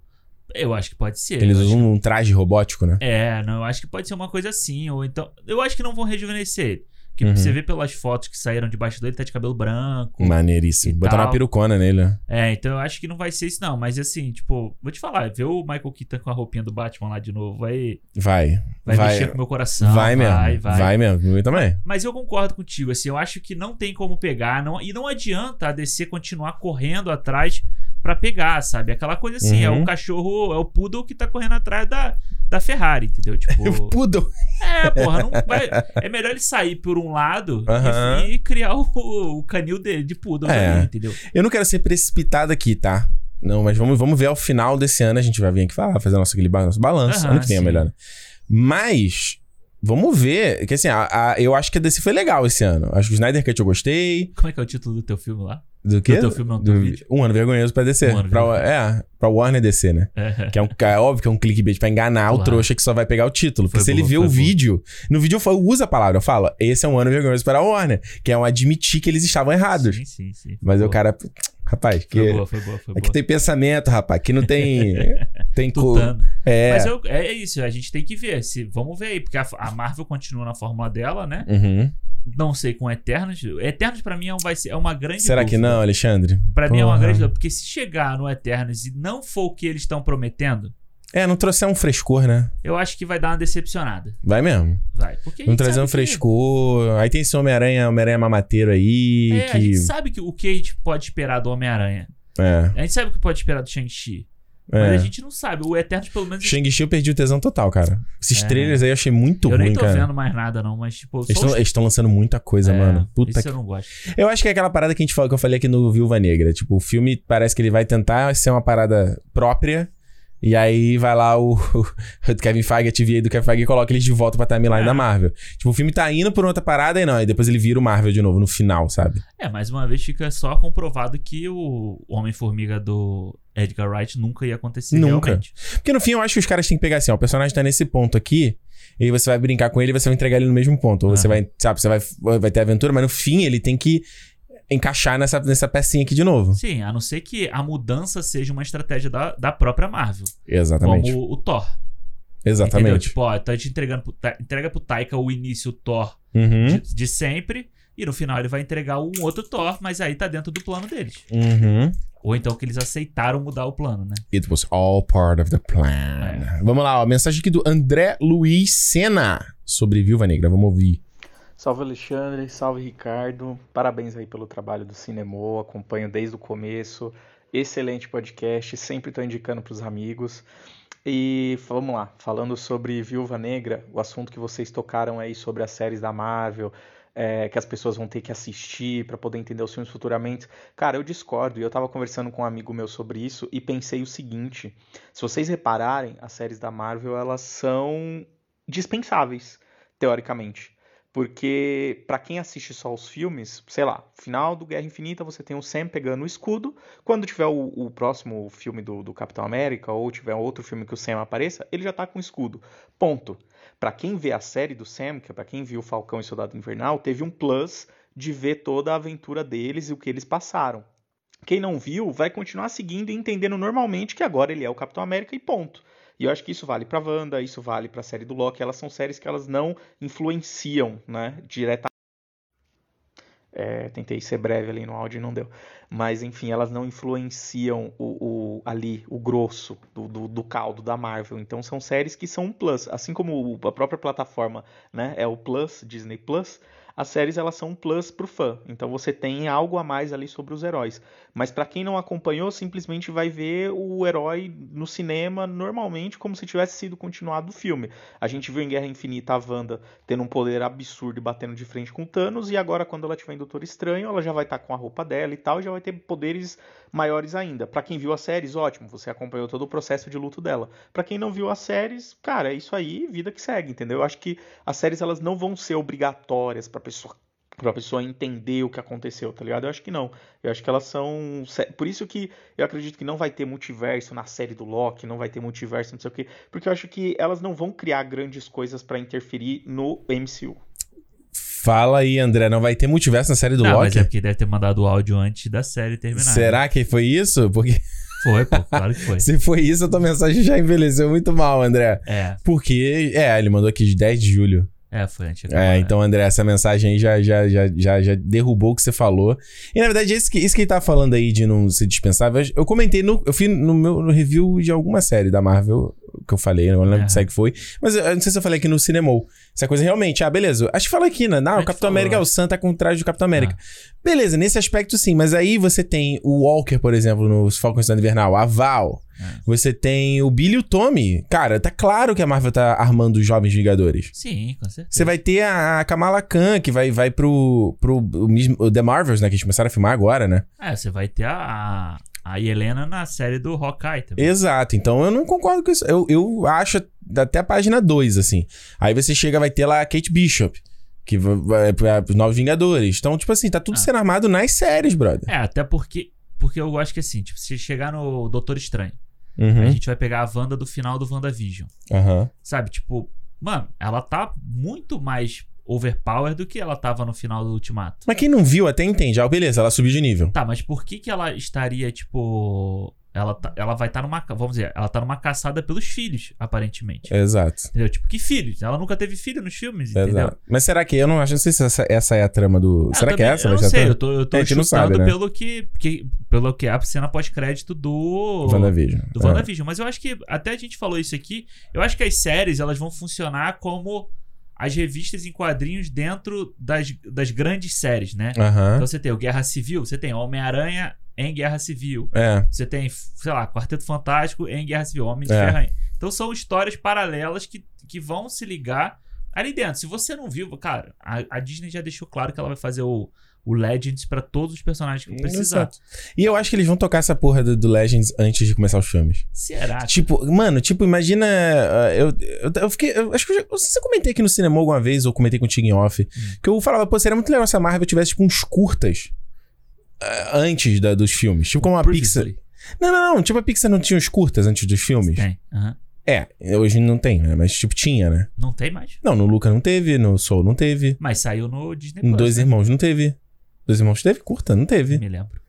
Speaker 2: Eu acho que pode ser.
Speaker 1: Que eles
Speaker 2: É, eu acho
Speaker 1: usam um traje robótico, né?
Speaker 2: É, não, eu acho que pode ser uma coisa assim, ou então. Eu acho que não vão rejuvenescer ele. Porque
Speaker 1: Uhum.
Speaker 2: você vê pelas fotos que saíram debaixo dele, tá de cabelo branco.
Speaker 1: Maneiríssimo.
Speaker 2: E
Speaker 1: Botaram
Speaker 2: tal.
Speaker 1: uma perucona nele, né?
Speaker 2: É, então eu acho que não vai ser isso, não. Mas assim, tipo, vou te falar, ver o Michael Keaton com a roupinha do Batman lá de novo vai,
Speaker 1: Vai.
Speaker 2: vai,
Speaker 1: Vai.
Speaker 2: mexer com o meu coração.
Speaker 1: vai mesmo. Vai,
Speaker 2: vai.
Speaker 1: mesmo. Eu também.
Speaker 2: Mas eu concordo contigo, assim, eu acho que não tem como pegar, não, e não adianta a DC continuar correndo atrás pra pegar, sabe? Aquela coisa assim,
Speaker 1: Uhum.
Speaker 2: é o cachorro, é o poodle que tá correndo atrás da, da Ferrari, entendeu? Tipo,
Speaker 1: Pudo.
Speaker 2: É, porra, não vai- é melhor ele sair por um lado e-
Speaker 1: Aham.
Speaker 2: e, criar o, o canil dele de poodle
Speaker 1: É.
Speaker 2: ali, entendeu?
Speaker 1: Eu não quero ser precipitado aqui, tá? Não, mas vamos, vamos ver ao final desse ano. A gente vai vir aqui falar, fazer nosso, aquele ba- nosso balanço.
Speaker 2: Aham,
Speaker 1: ano que vem é
Speaker 2: sim.
Speaker 1: melhor. né? Mas. Vamos ver. Que assim, a- a- eu acho que a DC foi legal esse ano. Acho que o Snyder Cut eu gostei.
Speaker 2: Como é que é o título do teu filme lá?
Speaker 1: Do quê?
Speaker 2: Do teu filme, não, do teu vídeo.
Speaker 1: Um ano vergonhoso pra DC.
Speaker 2: Um ano
Speaker 1: pra, é, pra Warner DC, né?
Speaker 2: É.
Speaker 1: Que é, um, é óbvio que é um clickbait pra enganar o
Speaker 2: Claro.
Speaker 1: trouxa que só vai pegar o título. Porque
Speaker 2: Foi
Speaker 1: se ele
Speaker 2: boa,
Speaker 1: vê o
Speaker 2: foi boa.
Speaker 1: vídeo. No vídeo eu falo, eu uso a palavra, eu falo, esse é um ano vergonhoso para a Warner. Que é um admitir que eles estavam errados.
Speaker 2: Sim, sim, sim. foi
Speaker 1: Mas o
Speaker 2: boa.
Speaker 1: cara. Rapaz, que.
Speaker 2: Foi boa, foi boa, foi
Speaker 1: É
Speaker 2: boa.
Speaker 1: que tem pensamento, rapaz. Que não tem. tem co-
Speaker 2: Tutano.
Speaker 1: É.
Speaker 2: Mas eu- é isso, a gente tem que ver. Se, vamos ver aí, porque a, a Marvel continua na fórmula dela, né?
Speaker 1: Uhum.
Speaker 2: Não sei com Eternos. Eternos pra mim é, um, vai ser, é uma grande
Speaker 1: Será que
Speaker 2: dúvida.
Speaker 1: não, Alexandre?
Speaker 2: Pra mim é uma
Speaker 1: Porra.
Speaker 2: grande dúvida, porque se chegar no Eternos e não for o que eles estão prometendo,
Speaker 1: É, não trouxer um frescor, né?
Speaker 2: eu acho que vai dar uma decepcionada.
Speaker 1: Vai mesmo.
Speaker 2: Vai. Porque a
Speaker 1: Não
Speaker 2: gente
Speaker 1: trazer
Speaker 2: sabe
Speaker 1: um
Speaker 2: que-
Speaker 1: frescor. Aí tem esse Homem-Aranha, Homem-Aranha mamateiro aí.
Speaker 2: É, a
Speaker 1: que.
Speaker 2: gente sabe que, o que a gente pode esperar do Homem-Aranha.
Speaker 1: É.
Speaker 2: A gente sabe o que pode esperar do Shang-Chi.
Speaker 1: é.
Speaker 2: Mas a gente não sabe. O Eternos, pelo menos.
Speaker 1: Shang-Chi eu perdi o tesão total, cara. Esses
Speaker 2: É,
Speaker 1: trailers aí eu achei muito
Speaker 2: eu
Speaker 1: ruim,
Speaker 2: nem tô
Speaker 1: cara.
Speaker 2: vendo mais nada, não. Mas, tipo,
Speaker 1: Eles
Speaker 2: só os-
Speaker 1: estão lançando muita coisa,
Speaker 2: É,
Speaker 1: mano. Puta
Speaker 2: isso
Speaker 1: que...
Speaker 2: eu não gosto.
Speaker 1: Eu acho que é aquela parada que a gente fala, que eu falei aqui no Viúva Negra. Tipo, o filme parece que ele vai tentar ser uma parada própria. E aí vai lá o, o Kevin Feige, a TVA do Kevin Feige e coloca eles de volta pra timeline
Speaker 2: É.
Speaker 1: da Marvel. Tipo, o filme tá indo por outra parada e não, e depois ele vira o Marvel de novo no final, sabe?
Speaker 2: É, mais uma vez fica só comprovado que o Homem-Formiga do Edgar Wright nunca ia acontecer
Speaker 1: Nunca.
Speaker 2: realmente.
Speaker 1: Porque no fim eu acho que os caras têm que pegar assim, ó, o personagem tá nesse ponto aqui, e aí você vai brincar com ele e você vai entregar ele no mesmo ponto. Ou você
Speaker 2: Aham.
Speaker 1: vai, sabe, você vai, vai ter aventura, mas no fim ele tem que encaixar nessa, nessa pecinha aqui de novo.
Speaker 2: Sim, a não ser que a mudança seja uma estratégia da, da própria Marvel.
Speaker 1: Exatamente.
Speaker 2: Como o Thor. Entendeu?
Speaker 1: Exatamente.
Speaker 2: Tipo, ó, tá te entregando pro, Ta- entrega pro Taika o início o Thor
Speaker 1: Uhum.
Speaker 2: de, de sempre. E no final ele vai entregar um outro Thor, mas aí tá dentro do plano deles.
Speaker 1: Uhum.
Speaker 2: Ou então que eles aceitaram mudar o plano, né?
Speaker 1: It was all part of the plan.
Speaker 2: É.
Speaker 1: Vamos lá, ó. Mensagem aqui do André Luiz Senna sobre Viúva Negra. Vamos ouvir.
Speaker 4: Salve Alexandre, salve Ricardo. Parabéns aí pelo trabalho do Cinemô, acompanho desde o começo. Excelente podcast, sempre estou indicando para os amigos. E vamos lá, falando sobre Viúva Negra, o assunto que vocês tocaram aí sobre as séries da Marvel, é, que as pessoas vão ter que assistir para poder entender os filmes futuramente. Cara, eu discordo e eu estava conversando com um amigo meu sobre isso e pensei o seguinte: se vocês repararem, as séries da Marvel elas são dispensáveis, teoricamente. Porque, pra quem assiste só os filmes, sei lá, final do Guerra Infinita você tem o Sam pegando o escudo. Quando tiver o, o próximo filme do, do Capitão América, ou tiver outro filme que o Sam apareça, ele já tá com o escudo. Ponto. Pra quem vê a série do Sam, que é pra quem viu Falcão e Soldado Invernal, teve um plus de ver toda a aventura deles e o que eles passaram. Quem não viu vai continuar seguindo e entendendo normalmente que agora ele é o Capitão América e ponto. E eu acho que isso vale pra Wanda, isso vale pra série do Loki, elas são séries que elas não influenciam, né, diretamente. É, tentei ser breve ali no áudio e não deu. Mas, enfim, elas não influenciam o, o- ali, o grosso do, do, do caldo da Marvel. Então, são séries que são um plus. Assim como o- a própria plataforma né, é o Plus, Disney Plus, as séries elas são um plus pro fã. Então, você tem algo a mais ali sobre os heróis. Mas, para quem não acompanhou, simplesmente vai ver o herói no cinema normalmente, como se tivesse sido continuado o filme. A gente viu em Guerra Infinita a Wanda tendo um poder absurdo e batendo de frente com o Thanos, e agora quando ela tiver em Doutor Estranho, ela já vai estar com a roupa dela e tal, e já vai ter poderes maiores ainda. Pra quem viu as séries, ótimo, você acompanhou todo o processo de luto dela. Pra quem não viu as séries, cara, é isso aí, vida que segue, entendeu? Eu acho que as séries elas não vão ser obrigatórias pra pessoa pra pessoa entender o que aconteceu, tá ligado? Eu acho que não. Eu acho que elas são, sé- por isso que eu acredito que não vai ter multiverso na série do Loki, não vai ter multiverso, não sei o quê. Porque eu acho que elas não vão criar grandes coisas pra interferir no MCU.
Speaker 1: Fala aí, André. Não vai ter multiverso na série do
Speaker 2: Ah, mas
Speaker 1: Loki?
Speaker 2: é porque deve ter mandado o áudio antes da série terminar. né?
Speaker 1: Será que foi isso? Porque
Speaker 2: Foi, pô, claro que foi.
Speaker 1: se foi isso, a tua mensagem já envelheceu muito mal, André.
Speaker 2: é,
Speaker 1: Porque, é, ele mandou aqui de 10 de julho.
Speaker 2: é, foi antes.
Speaker 1: É, então, André, essa mensagem aí já, já, já, já, já derrubou o que você falou. E, na verdade, isso que, isso que ele tá falando aí de não ser dispensável, eu comentei no... Eu fiz no meu no review de alguma série da Marvel que eu falei, não lembro
Speaker 2: Aham.
Speaker 1: que série que foi. Mas eu, eu não sei se eu falei aqui no Cinemol. Essa coisa realmente... Ah, beleza. Acho que fala aqui, né? Não,
Speaker 2: A
Speaker 1: o
Speaker 2: gente
Speaker 1: Capitão
Speaker 2: falou.
Speaker 1: América é o Sam, tá com o traje do Capitão América. Beleza, nesse aspecto sim. Mas aí você tem o Walker, por exemplo, no Falcon Cidade Invernal. A Val.
Speaker 2: É.
Speaker 1: Você tem o Billy e o Tommy. Cara, tá claro que a Marvel tá armando os jovens Vingadores.
Speaker 2: Sim, com certeza.
Speaker 1: Você vai ter a a Kamala Khan, que vai, vai pro, pro o mesmo- o The Marvels, né? Que eles começaram a filmar agora, né?
Speaker 2: É, você vai ter a, a, a Helena na série do Hawkeye também.
Speaker 1: Exato. Então eu não concordo com isso. Eu, eu acho até a página 2, assim. Aí você chega, vai ter lá a Kate Bishop, que va- vai pra- pros Novos Vingadores. Então, tipo assim, tá tudo
Speaker 2: Ah.
Speaker 1: sendo armado nas séries, brother.
Speaker 2: É, até porque. Porque eu acho que assim, tipo, se chegar no Doutor Estranho, a
Speaker 1: Uhum.
Speaker 2: gente vai pegar a Wanda do final do WandaVision.
Speaker 1: Aham.
Speaker 2: Sabe, tipo, mano, ela tá muito mais overpower do que ela tava no final do Ultimato.
Speaker 1: Mas quem não viu até entende. Ah, beleza, ela subiu de nível.
Speaker 2: Tá, mas por que que ela estaria, tipo. Ela, tá- ela vai estar numa. ca- Vamos dizer, ela tá numa caçada pelos filhos, aparentemente.
Speaker 1: Exato.
Speaker 2: Entendeu? Tipo, que filhos? Ela nunca teve filho nos filmes, entendeu?
Speaker 1: Exato. Mas será que eu não acho? Não sei se essa, essa é a trama do. será
Speaker 2: Ah, Eu
Speaker 1: que é
Speaker 2: também-
Speaker 1: essa? vai
Speaker 2: Eu não
Speaker 1: ser a
Speaker 2: sei,
Speaker 1: trama?
Speaker 2: eu tô, eu tô
Speaker 1: A gente não
Speaker 2: chutando
Speaker 1: sabe, né?
Speaker 2: pelo que, que- Pelo que é a cena pós-crédito do.
Speaker 1: WandaVision.
Speaker 2: Do
Speaker 1: É.
Speaker 2: WandaVision. Mas eu acho que. Até a gente falou isso aqui. Eu acho que as séries elas vão funcionar como as revistas em quadrinhos dentro das, das grandes séries, né?
Speaker 1: Aham.
Speaker 2: Então você tem o Guerra Civil, você tem Homem-Aranha em Guerra Civil.
Speaker 1: É.
Speaker 2: Você tem, sei lá, Quarteto Fantástico em Guerra Civil, Homem de
Speaker 1: É.
Speaker 2: Ferro. em- Então são histórias paralelas que, que vão se ligar ali dentro. Se você não viu, cara, a, a Disney já deixou claro que ela vai fazer o, o o Legends pra todos os personagens que eu precisar.
Speaker 1: Exato. E eu acho que eles vão tocar essa porra do, do Legends antes de começar os filmes.
Speaker 2: Será? que-
Speaker 1: Tipo, mano, tipo, imagina. ah, Eu, eu, eu fiquei. eu acho que eu, já, eu não sei se eu comentei aqui no cinema alguma vez, ou comentei contigo em off, que eu falava, pô, seria muito legal se a Marvel tivesse, tipo, uns curtas ah, antes da- dos filmes. Tipo, como a Pixar.
Speaker 2: Previously.
Speaker 1: Não, não, não. Tipo, a Pixar não tinha os curtas antes dos filmes.
Speaker 2: Tem. aham.
Speaker 1: É, hoje não tem, né? Mas, tipo, tinha, né?
Speaker 2: Não tem mais.
Speaker 1: Não, no Luca não teve, no Soul não teve,
Speaker 2: Mas saiu no Disney
Speaker 1: no
Speaker 2: Plus.
Speaker 1: Um, Dois
Speaker 2: né?
Speaker 1: Irmãos não teve. Dois Irmãos teve? Curta? Não teve.
Speaker 2: Me lembro.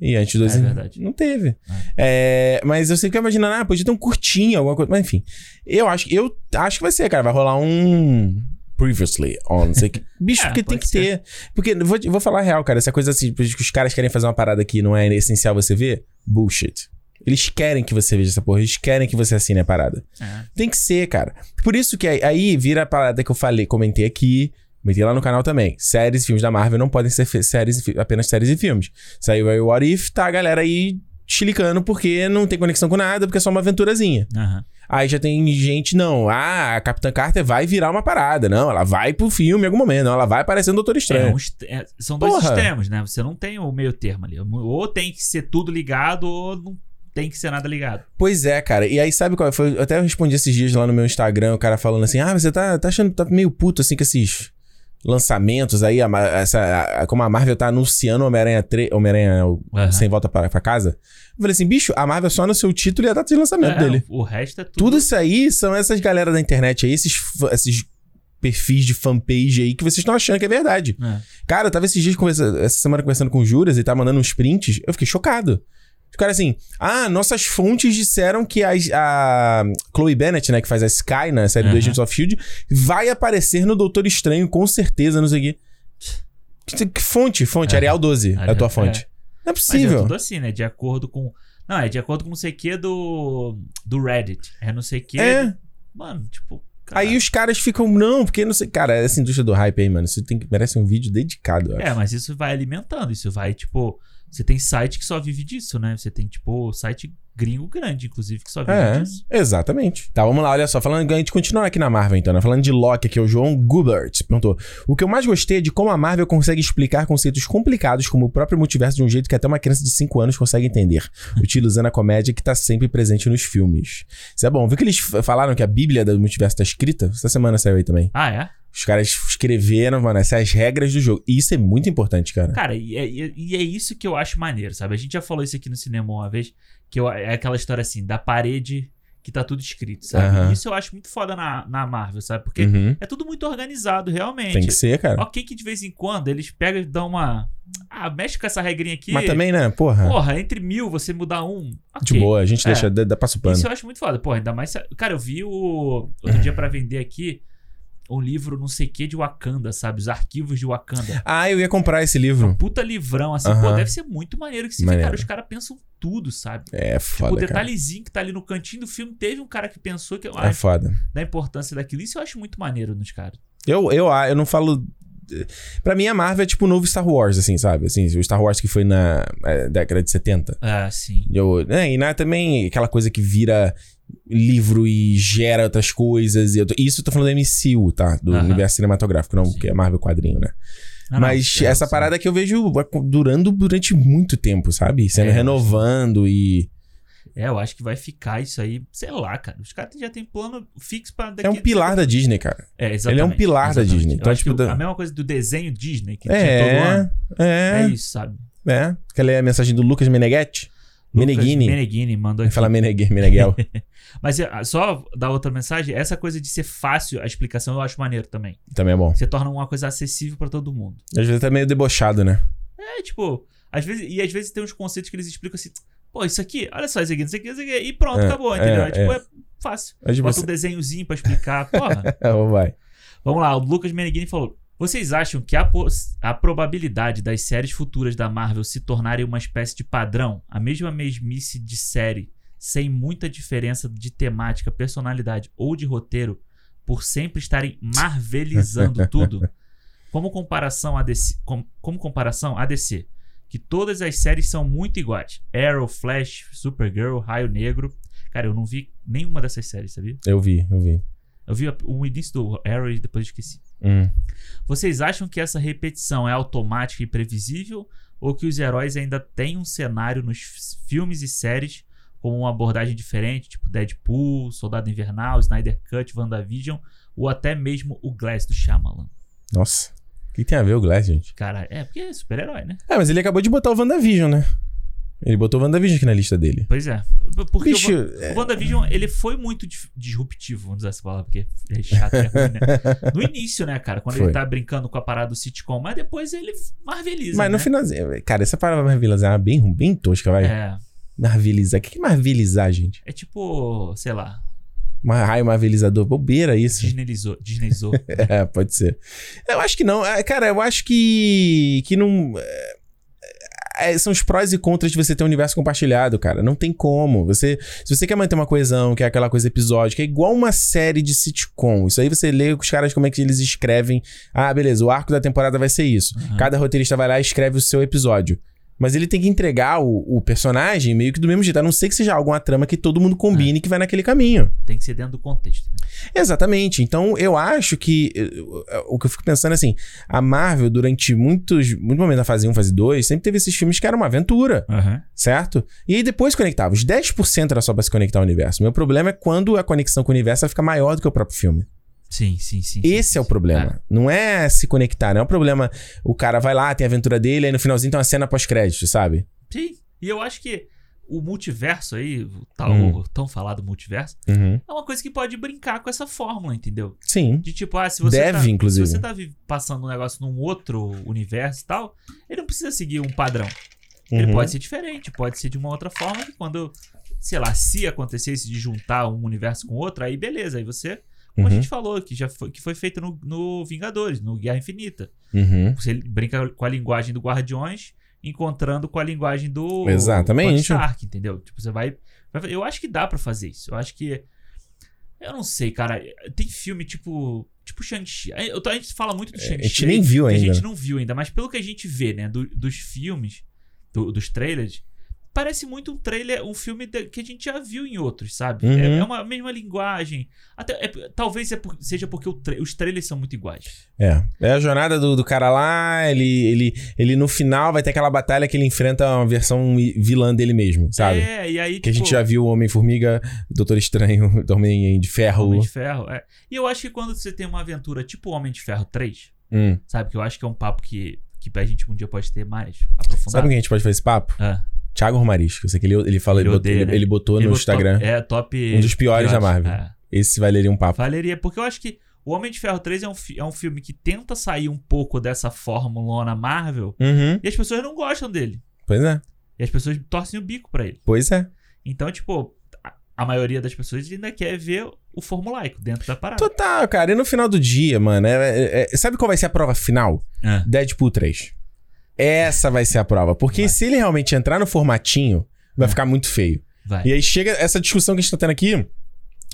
Speaker 1: E antes dos
Speaker 2: É
Speaker 1: Irmãos-
Speaker 2: verdade.
Speaker 1: Não teve. É, mas eu sei que eu imaginando, ah, podia ter um curtinho, alguma coisa. Mas enfim. Eu acho, que- eu acho que vai ser, cara. Vai rolar um. Previously, on, não sei o que. Bicho,
Speaker 2: É,
Speaker 1: porque tem
Speaker 2: pode
Speaker 1: que ter. Porque, eu vou, eu vou falar a real, cara. Essa coisa assim, de que os caras querem fazer uma parada que não é essencial você ver, bullshit. Eles querem que você veja essa porra, eles querem que você assine a parada.
Speaker 2: É.
Speaker 1: Tem que ser, cara. Por isso que aí, aí vira a parada que eu falei, comentei aqui, comentei lá no canal também. Séries e filmes da Marvel não podem ser fe- séries, e fi- apenas séries e filmes. Saiu aí o What If, tá a galera aí chilicando porque não tem conexão com nada, porque é só uma aventurazinha.
Speaker 2: Aham.
Speaker 1: Aí já tem gente, não, ah, a Capitã Carter vai virar uma parada. Não, ela vai pro filme em algum momento, não, ela vai aparecer no Doutor
Speaker 2: É,
Speaker 1: Estranho.
Speaker 2: um est- é, são dois
Speaker 1: Porra.
Speaker 2: extremos, né? Você não tem o meio termo ali. Ou tem que ser tudo ligado, ou não tem que ser nada ligado.
Speaker 1: Pois é, cara. E aí, sabe qual foi? Eu até respondi esses dias lá no meu Instagram, o cara falando assim: ah, você tá, tá achando, tá meio puto assim com esses lançamentos aí, a ma- essa, a- como a Marvel tá anunciando Homem-Aranha 3, Homem-Aranha é o-
Speaker 2: Aham.
Speaker 1: sem volta pra, pra casa. Eu falei assim: bicho, a Marvel só no seu título e a data de lançamento
Speaker 2: É,
Speaker 1: dele.
Speaker 2: O resto é
Speaker 1: Tudo
Speaker 2: tudo.
Speaker 1: isso aí são essas galera da internet aí, esses, fã- esses perfis de fanpage aí que vocês estão achando que é verdade.
Speaker 2: É.
Speaker 1: Cara, eu tava esses dias conversa- essa semana conversando com o Juras e tá mandando uns prints. Eu fiquei chocado. Os caras assim, ah, nossas fontes disseram que as- a Chloe Bennett, né, que faz a Sky na série do
Speaker 2: Aham.
Speaker 1: Agents of Shield, vai aparecer no Doutor Estranho, com certeza, não sei o quê. Que, que fonte? Fonte,
Speaker 2: É.
Speaker 1: Arial 12 é a
Speaker 2: Arial-
Speaker 1: tua fonte.
Speaker 2: é.
Speaker 1: Não é
Speaker 2: Mas é
Speaker 1: possível.
Speaker 2: tudo assim, né? De acordo com. Não, é de acordo com não sei o que do. Do Reddit. É não sei o que.
Speaker 1: É.
Speaker 2: Mano, tipo. caralho.
Speaker 1: Aí os caras ficam, não, porque não sei. Cara, é assim, essa indústria do hype aí, mano, isso tem, que- merece um vídeo dedicado, eu acho.
Speaker 2: É, mas isso vai alimentando. Isso vai, tipo. Você tem site que só vive disso, né? Você tem, tipo, site gringo grande, inclusive, que só vive
Speaker 1: É,
Speaker 2: disso.
Speaker 1: exatamente. Tá, vamos lá, olha só. Falando, a gente continua aqui na Marvel, então, né? Falando de Loki aqui, o João Gubert perguntou: O que eu mais gostei é de como a Marvel consegue explicar conceitos complicados como o próprio multiverso de um jeito que até uma criança de 5 anos consegue entender, utilizando a comédia que tá sempre presente nos filmes. Isso é bom. Viu que eles f- falaram que a Bíblia do multiverso tá escrita? Essa semana saiu aí também.
Speaker 2: Ah, é?
Speaker 1: Os caras escreveram, mano, essas as regras do jogo. E isso é muito importante, cara.
Speaker 2: Cara, e é, e é- e é isso que eu acho maneiro, sabe? A gente já falou isso aqui no cinema uma vez, que eu- é aquela história assim, da parede que tá tudo escrito, sabe?
Speaker 1: Aham.
Speaker 2: Isso eu acho muito foda na, na Marvel, sabe? Porque
Speaker 1: Uhum.
Speaker 2: é tudo muito organizado, realmente.
Speaker 1: Tem que ser, cara.
Speaker 2: Ok que de vez em quando eles pegam e dão uma... Ah, mexe com essa regrinha aqui.
Speaker 1: Mas também, né? Porra.
Speaker 2: Porra, entre mil você mudar um.
Speaker 1: de
Speaker 2: ok.
Speaker 1: boa, a gente
Speaker 2: É.
Speaker 1: deixa, dá, dá passo pano.
Speaker 2: Isso eu acho muito foda. Porra, ainda mais... se- Cara, eu vi o... Outro dia pra vender aqui um livro não sei o que de Wakanda, sabe? Os arquivos de Wakanda.
Speaker 1: Ah, eu ia comprar esse livro.
Speaker 2: puta livrão, assim,
Speaker 1: Aham.
Speaker 2: pô, deve ser muito maneiro que se
Speaker 1: Maneiro.
Speaker 2: cara, os caras pensam tudo, sabe?
Speaker 1: É
Speaker 2: o
Speaker 1: foda, cara.
Speaker 2: detalhezinho que tá ali no cantinho do filme, teve um cara que pensou que,
Speaker 1: É
Speaker 2: ah,
Speaker 1: foda.
Speaker 2: da importância daquilo. Isso eu acho muito maneiro nos caras.
Speaker 1: Eu, eu, ah, eu não falo. Pra mim, a Marvel é tipo o novo Star Wars, assim, sabe? Assim, o Star Wars que foi na eh, década de 70.
Speaker 2: Ah, sim.
Speaker 1: Eu, né, e na, também aquela coisa que vira livro e gera outras coisas. E eu tô- isso eu tô falando do MCU, tá? Do
Speaker 2: Aham.
Speaker 1: universo cinematográfico, não,
Speaker 2: Sim.
Speaker 1: porque é Marvel quadrinho, né?
Speaker 2: Ah, não,
Speaker 1: Mas
Speaker 2: eu-
Speaker 1: essa
Speaker 2: sim.
Speaker 1: parada que eu vejo é durando durante muito tempo, sabe? Sendo
Speaker 2: É, eu
Speaker 1: renovando e.
Speaker 2: É, eu acho que vai ficar isso aí, sei lá, cara. Os caras já tem plano fixo pra daqui
Speaker 1: É um pilar da Disney, cara.
Speaker 2: É,
Speaker 1: Ele é um
Speaker 2: exatamente,
Speaker 1: pilar da
Speaker 2: exatamente.
Speaker 1: Disney.
Speaker 2: Eu
Speaker 1: Então,
Speaker 2: acho
Speaker 1: tipo,
Speaker 2: que o-
Speaker 1: da-
Speaker 2: a mesma coisa do desenho Disney que tinha todo
Speaker 1: É,
Speaker 2: ano. É,
Speaker 1: é,
Speaker 2: isso, sabe?
Speaker 1: é. Aquela é a mensagem do Lucas Meneghetti?
Speaker 2: Lucas
Speaker 1: Meneghini.
Speaker 2: Meneghini mandou
Speaker 1: Vai
Speaker 2: aqui.
Speaker 1: falar Menegue- Meneghel.
Speaker 2: Mas é, só dar outra mensagem, essa coisa de ser fácil a explicação eu acho maneiro também.
Speaker 1: Também é bom.
Speaker 2: Você torna uma coisa acessível pra todo mundo.
Speaker 1: Às vezes tá meio debochado, né?
Speaker 2: É, tipo, às vezes, e às vezes tem uns conceitos que eles explicam assim, pô, isso aqui, olha só, isso aqui, isso aqui, isso aqui, e pronto,
Speaker 1: É,
Speaker 2: acabou, entendeu?
Speaker 1: é,
Speaker 2: É, tipo, é, fácil.
Speaker 1: Mas
Speaker 2: Bota
Speaker 1: você...
Speaker 2: um desenhozinho pra explicar, porra.
Speaker 1: É, ou vai.
Speaker 2: Vamos lá, o Lucas Meneghini falou, vocês acham que a, pos- a probabilidade das séries futuras da Marvel se tornarem uma espécie de padrão, a mesma mesmice de série, sem muita diferença de temática, personalidade ou de roteiro, por sempre estarem marvelizando tudo? Como comparação a DC, com- como comparação a DC, que todas as séries são muito iguais. Arrow, Flash, Supergirl, Raio Negro. Cara, eu não vi nenhuma dessas séries, sabia?
Speaker 1: Eu vi, eu vi.
Speaker 2: Eu vi a- o início do Arrow e depois esqueci.
Speaker 1: Hum.
Speaker 2: Vocês acham que essa repetição é automática e previsível? Ou que os heróis ainda têm um cenário nos f- filmes e séries com uma abordagem diferente, tipo Deadpool, Soldado Invernal, Snyder Cut, WandaVision, ou até mesmo o Glass do Shyamalan?
Speaker 1: Nossa. O que tem a ver o Glass, gente?
Speaker 2: Cara, é porque é super-herói, né?
Speaker 1: É, mas ele acabou de botar o WandaVision, né? Ele botou o WandaVision aqui na lista dele.
Speaker 2: Pois é. Porque o
Speaker 1: Bicho,
Speaker 2: Wa- o WandaVision, ele foi muito dif- disruptivo, vamos usar essa palavra, porque é chato, é ruim, né? No início, né, cara? Quando
Speaker 1: Foi.
Speaker 2: ele tá brincando com a parada do sitcom, mas depois ele marveliza,
Speaker 1: mas no
Speaker 2: né?
Speaker 1: finalzinho. Cara, essa palavra marvelizar é bem, ru- bem tosca, vai.
Speaker 2: É,
Speaker 1: Marvelizar. O que que é marvelizar, gente?
Speaker 2: é tipo, sei lá,
Speaker 1: Uma raio marvelizador. Bobeira isso.
Speaker 2: Disneylizou. Disneyzou.
Speaker 1: É, pode ser. Eu acho que não. É, Cara, eu acho que. que não. é, é, São os prós e contras de você ter um universo compartilhado, cara. Não tem como. Você, se você quer manter uma coesão, que é aquela coisa episódica, é igual uma série de sitcom. Isso aí você lê os caras como é que eles escrevem. Ah, beleza, o arco da temporada vai ser isso.
Speaker 2: Uhum.
Speaker 1: Cada roteirista vai lá e escreve o seu episódio. Mas ele tem que entregar o, o personagem meio que do mesmo jeito, a não ser que seja alguma trama que todo mundo combine que vai naquele caminho.
Speaker 2: Tem que ser dentro do contexto. Né?
Speaker 1: Exatamente. Então, eu acho que. eh, O que eu fico pensando é assim: a Marvel, durante muitos. Muito momento da fase 1, fase 2, sempre teve esses filmes que era uma aventura, certo? E aí depois conectava. Os 10% era só pra se conectar ao universo. Meu problema é quando a conexão com o universo ela fica maior do que o próprio filme.
Speaker 2: Sim, sim, sim. sim,
Speaker 1: Esse é o
Speaker 2: sim.
Speaker 1: problema. Não é se conectar, não é o problema. O cara vai lá, tem a aventura dele, aí no finalzinho tem uma cena pós-crédito, sabe?
Speaker 2: Sim. E eu acho que o multiverso aí, o tal,
Speaker 1: Hum.
Speaker 2: o tão falado multiverso, é uma coisa que pode brincar com essa fórmula, entendeu?
Speaker 1: Sim.
Speaker 2: De tipo, ah, se você.
Speaker 1: Deve,
Speaker 2: tá,
Speaker 1: inclusive.
Speaker 2: Se você tá vi- passando um negócio num outro universo e tal, ele não precisa seguir um padrão. Ele
Speaker 1: Uhum.
Speaker 2: pode ser diferente, pode ser de uma outra forma que quando, sei lá, se acontecesse de juntar um universo com outro, aí beleza, aí você. Como a
Speaker 1: Uhum.
Speaker 2: gente falou, que já foi, que foi feito no, no Vingadores, no Guerra Infinita.
Speaker 1: Uhum.
Speaker 2: Você brinca com a linguagem do Guardiões, encontrando com a linguagem do
Speaker 1: Exatamente.
Speaker 2: Tony Stark, entendeu? Tipo, você vai, vai- Eu acho que dá pra fazer isso. Eu acho que. Eu não sei, cara. Tem filme tipo. Tipo Shang-Chi. Eu tô- A gente fala muito
Speaker 1: É,
Speaker 2: do
Speaker 1: A
Speaker 2: Shang-Chi.
Speaker 1: gente nem viu
Speaker 2: que
Speaker 1: ainda.
Speaker 2: A gente não viu ainda, mas pelo que a gente vê, né, do- dos filmes, do- dos trailers, parece muito um trailer, um filme de- que a gente já viu em outros, sabe?
Speaker 1: Uhum.
Speaker 2: É, é uma mesma linguagem. Até, é- talvez é por- seja porque o tra- os trailers são muito iguais.
Speaker 1: É. É a jornada do, do cara lá, ele, ele, ele no final vai ter aquela batalha que ele enfrenta uma versão i- vilã dele mesmo, sabe?
Speaker 2: É, e aí,
Speaker 1: Que a
Speaker 2: tipo,
Speaker 1: gente já viu o Homem-Formiga, o Doutor Estranho, o Homem de Ferro.
Speaker 2: Homem de Ferro, é. E eu acho que quando você tem uma aventura tipo Homem de Ferro 3,
Speaker 1: Hum.
Speaker 2: sabe? Que eu acho que é um papo que, que a gente um dia pode ter mais aprofundado.
Speaker 1: Sabe quem a gente pode fazer esse papo?
Speaker 2: Ah,
Speaker 1: Thiago Romarisco. Eu sei que ele, ele falou,
Speaker 2: Ele
Speaker 1: ele, botou,
Speaker 2: odeia,
Speaker 1: ele-
Speaker 2: né?
Speaker 1: ele botou
Speaker 2: ele
Speaker 1: no
Speaker 2: botou
Speaker 1: Instagram.
Speaker 2: top- é, top.
Speaker 1: Um dos piores da Marvel.
Speaker 2: É.
Speaker 1: Esse valeria um papo.
Speaker 2: Valeria, porque eu acho que o Homem de Ferro 3 é um, fi- é um filme que tenta sair um pouco dessa fórmula Marvel
Speaker 1: Uhum.
Speaker 2: e as pessoas não gostam dele.
Speaker 1: Pois é.
Speaker 2: E as pessoas torcem o bico pra ele.
Speaker 1: Pois é.
Speaker 2: Então, tipo, a, a maioria das pessoas ainda quer ver o formulaico dentro da parada.
Speaker 1: Total, cara. E no final do dia, mano, é- é- é- sabe qual vai ser a prova final?
Speaker 2: Ah,
Speaker 1: Deadpool 3. Essa vai ser a prova. Porque
Speaker 2: Vai.
Speaker 1: se ele realmente entrar no formatinho, vai
Speaker 2: É.
Speaker 1: ficar muito feio.
Speaker 2: vai.
Speaker 1: E aí chega essa discussão que a gente tá tendo aqui,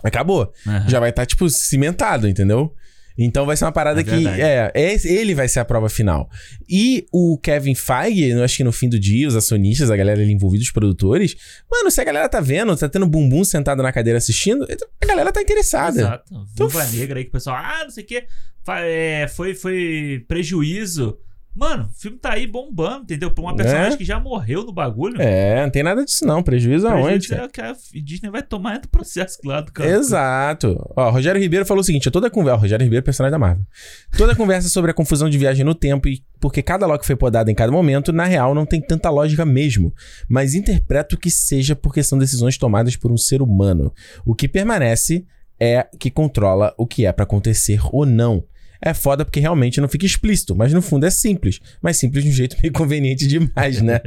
Speaker 1: acabou.
Speaker 2: Aham.
Speaker 1: Já vai estar, tipo, cimentado, entendeu? Então vai ser uma parada
Speaker 2: É
Speaker 1: que.
Speaker 2: verdade.
Speaker 1: É, é, ele vai ser a prova final. E o Kevin Feige, eu acho que no fim do dia, os acionistas, a galera ali envolvida, os produtores. Mano, se a galera tá vendo, tá tendo bumbum sentado na cadeira assistindo, a galera tá interessada.
Speaker 2: Exato. Viúva Negra aí que o pessoal, ah, não sei o quê. Fa- é, foi, foi prejuízo. Mano, o filme tá aí bombando, entendeu? Pra uma personagem
Speaker 1: É.
Speaker 2: que já morreu no bagulho.
Speaker 1: É, não tem nada disso, não. Prejuízo aonde?
Speaker 2: Prejuízo
Speaker 1: cara?
Speaker 2: é o que a Disney vai tomar do processo lá do cara.
Speaker 1: Exato. Ó, Rogério Ribeiro falou o seguinte: toda conversa. Rogério Ribeiro, personagem da Marvel. Toda conversa sobre a confusão de viagem no tempo e porque cada logo foi podada em cada momento, na real não tem tanta lógica mesmo. Mas interpreto que seja porque são decisões tomadas por um ser humano. O que permanece é que controla o que é pra acontecer ou não. É foda porque realmente não fica explícito, mas no fundo é simples. Mas simples de um jeito meio conveniente demais, né?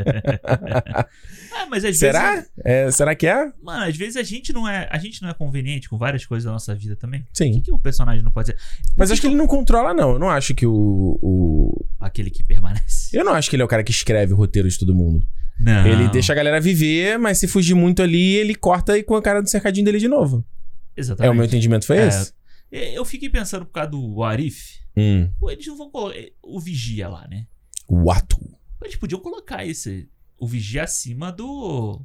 Speaker 2: Ah, mas às
Speaker 1: Será?
Speaker 2: vezes.
Speaker 1: É, será que é?
Speaker 2: Mano, às vezes a gente não é. A gente não é conveniente com várias coisas da nossa vida também. O que,
Speaker 1: Sim.
Speaker 2: que o personagem não pode ser?
Speaker 1: Mas acho que ele não controla, não. Eu não acho que o- o,
Speaker 2: Aquele que permanece.
Speaker 1: Eu não acho que ele é o cara que escreve o roteiro de todo mundo.
Speaker 2: Não.
Speaker 1: Ele deixa a galera viver, mas se fugir muito ali, ele corta e com a cara do cercadinho dele de novo.
Speaker 2: Exatamente.
Speaker 1: É o meu entendimento, foi
Speaker 2: É.
Speaker 1: esse?
Speaker 2: E- Eu fiquei pensando por causa do Arif.
Speaker 1: Hum.
Speaker 2: Eles não vão colocar. O Vigia lá, né?
Speaker 1: O ato.
Speaker 2: Eles podiam colocar esse. O Vigia acima do.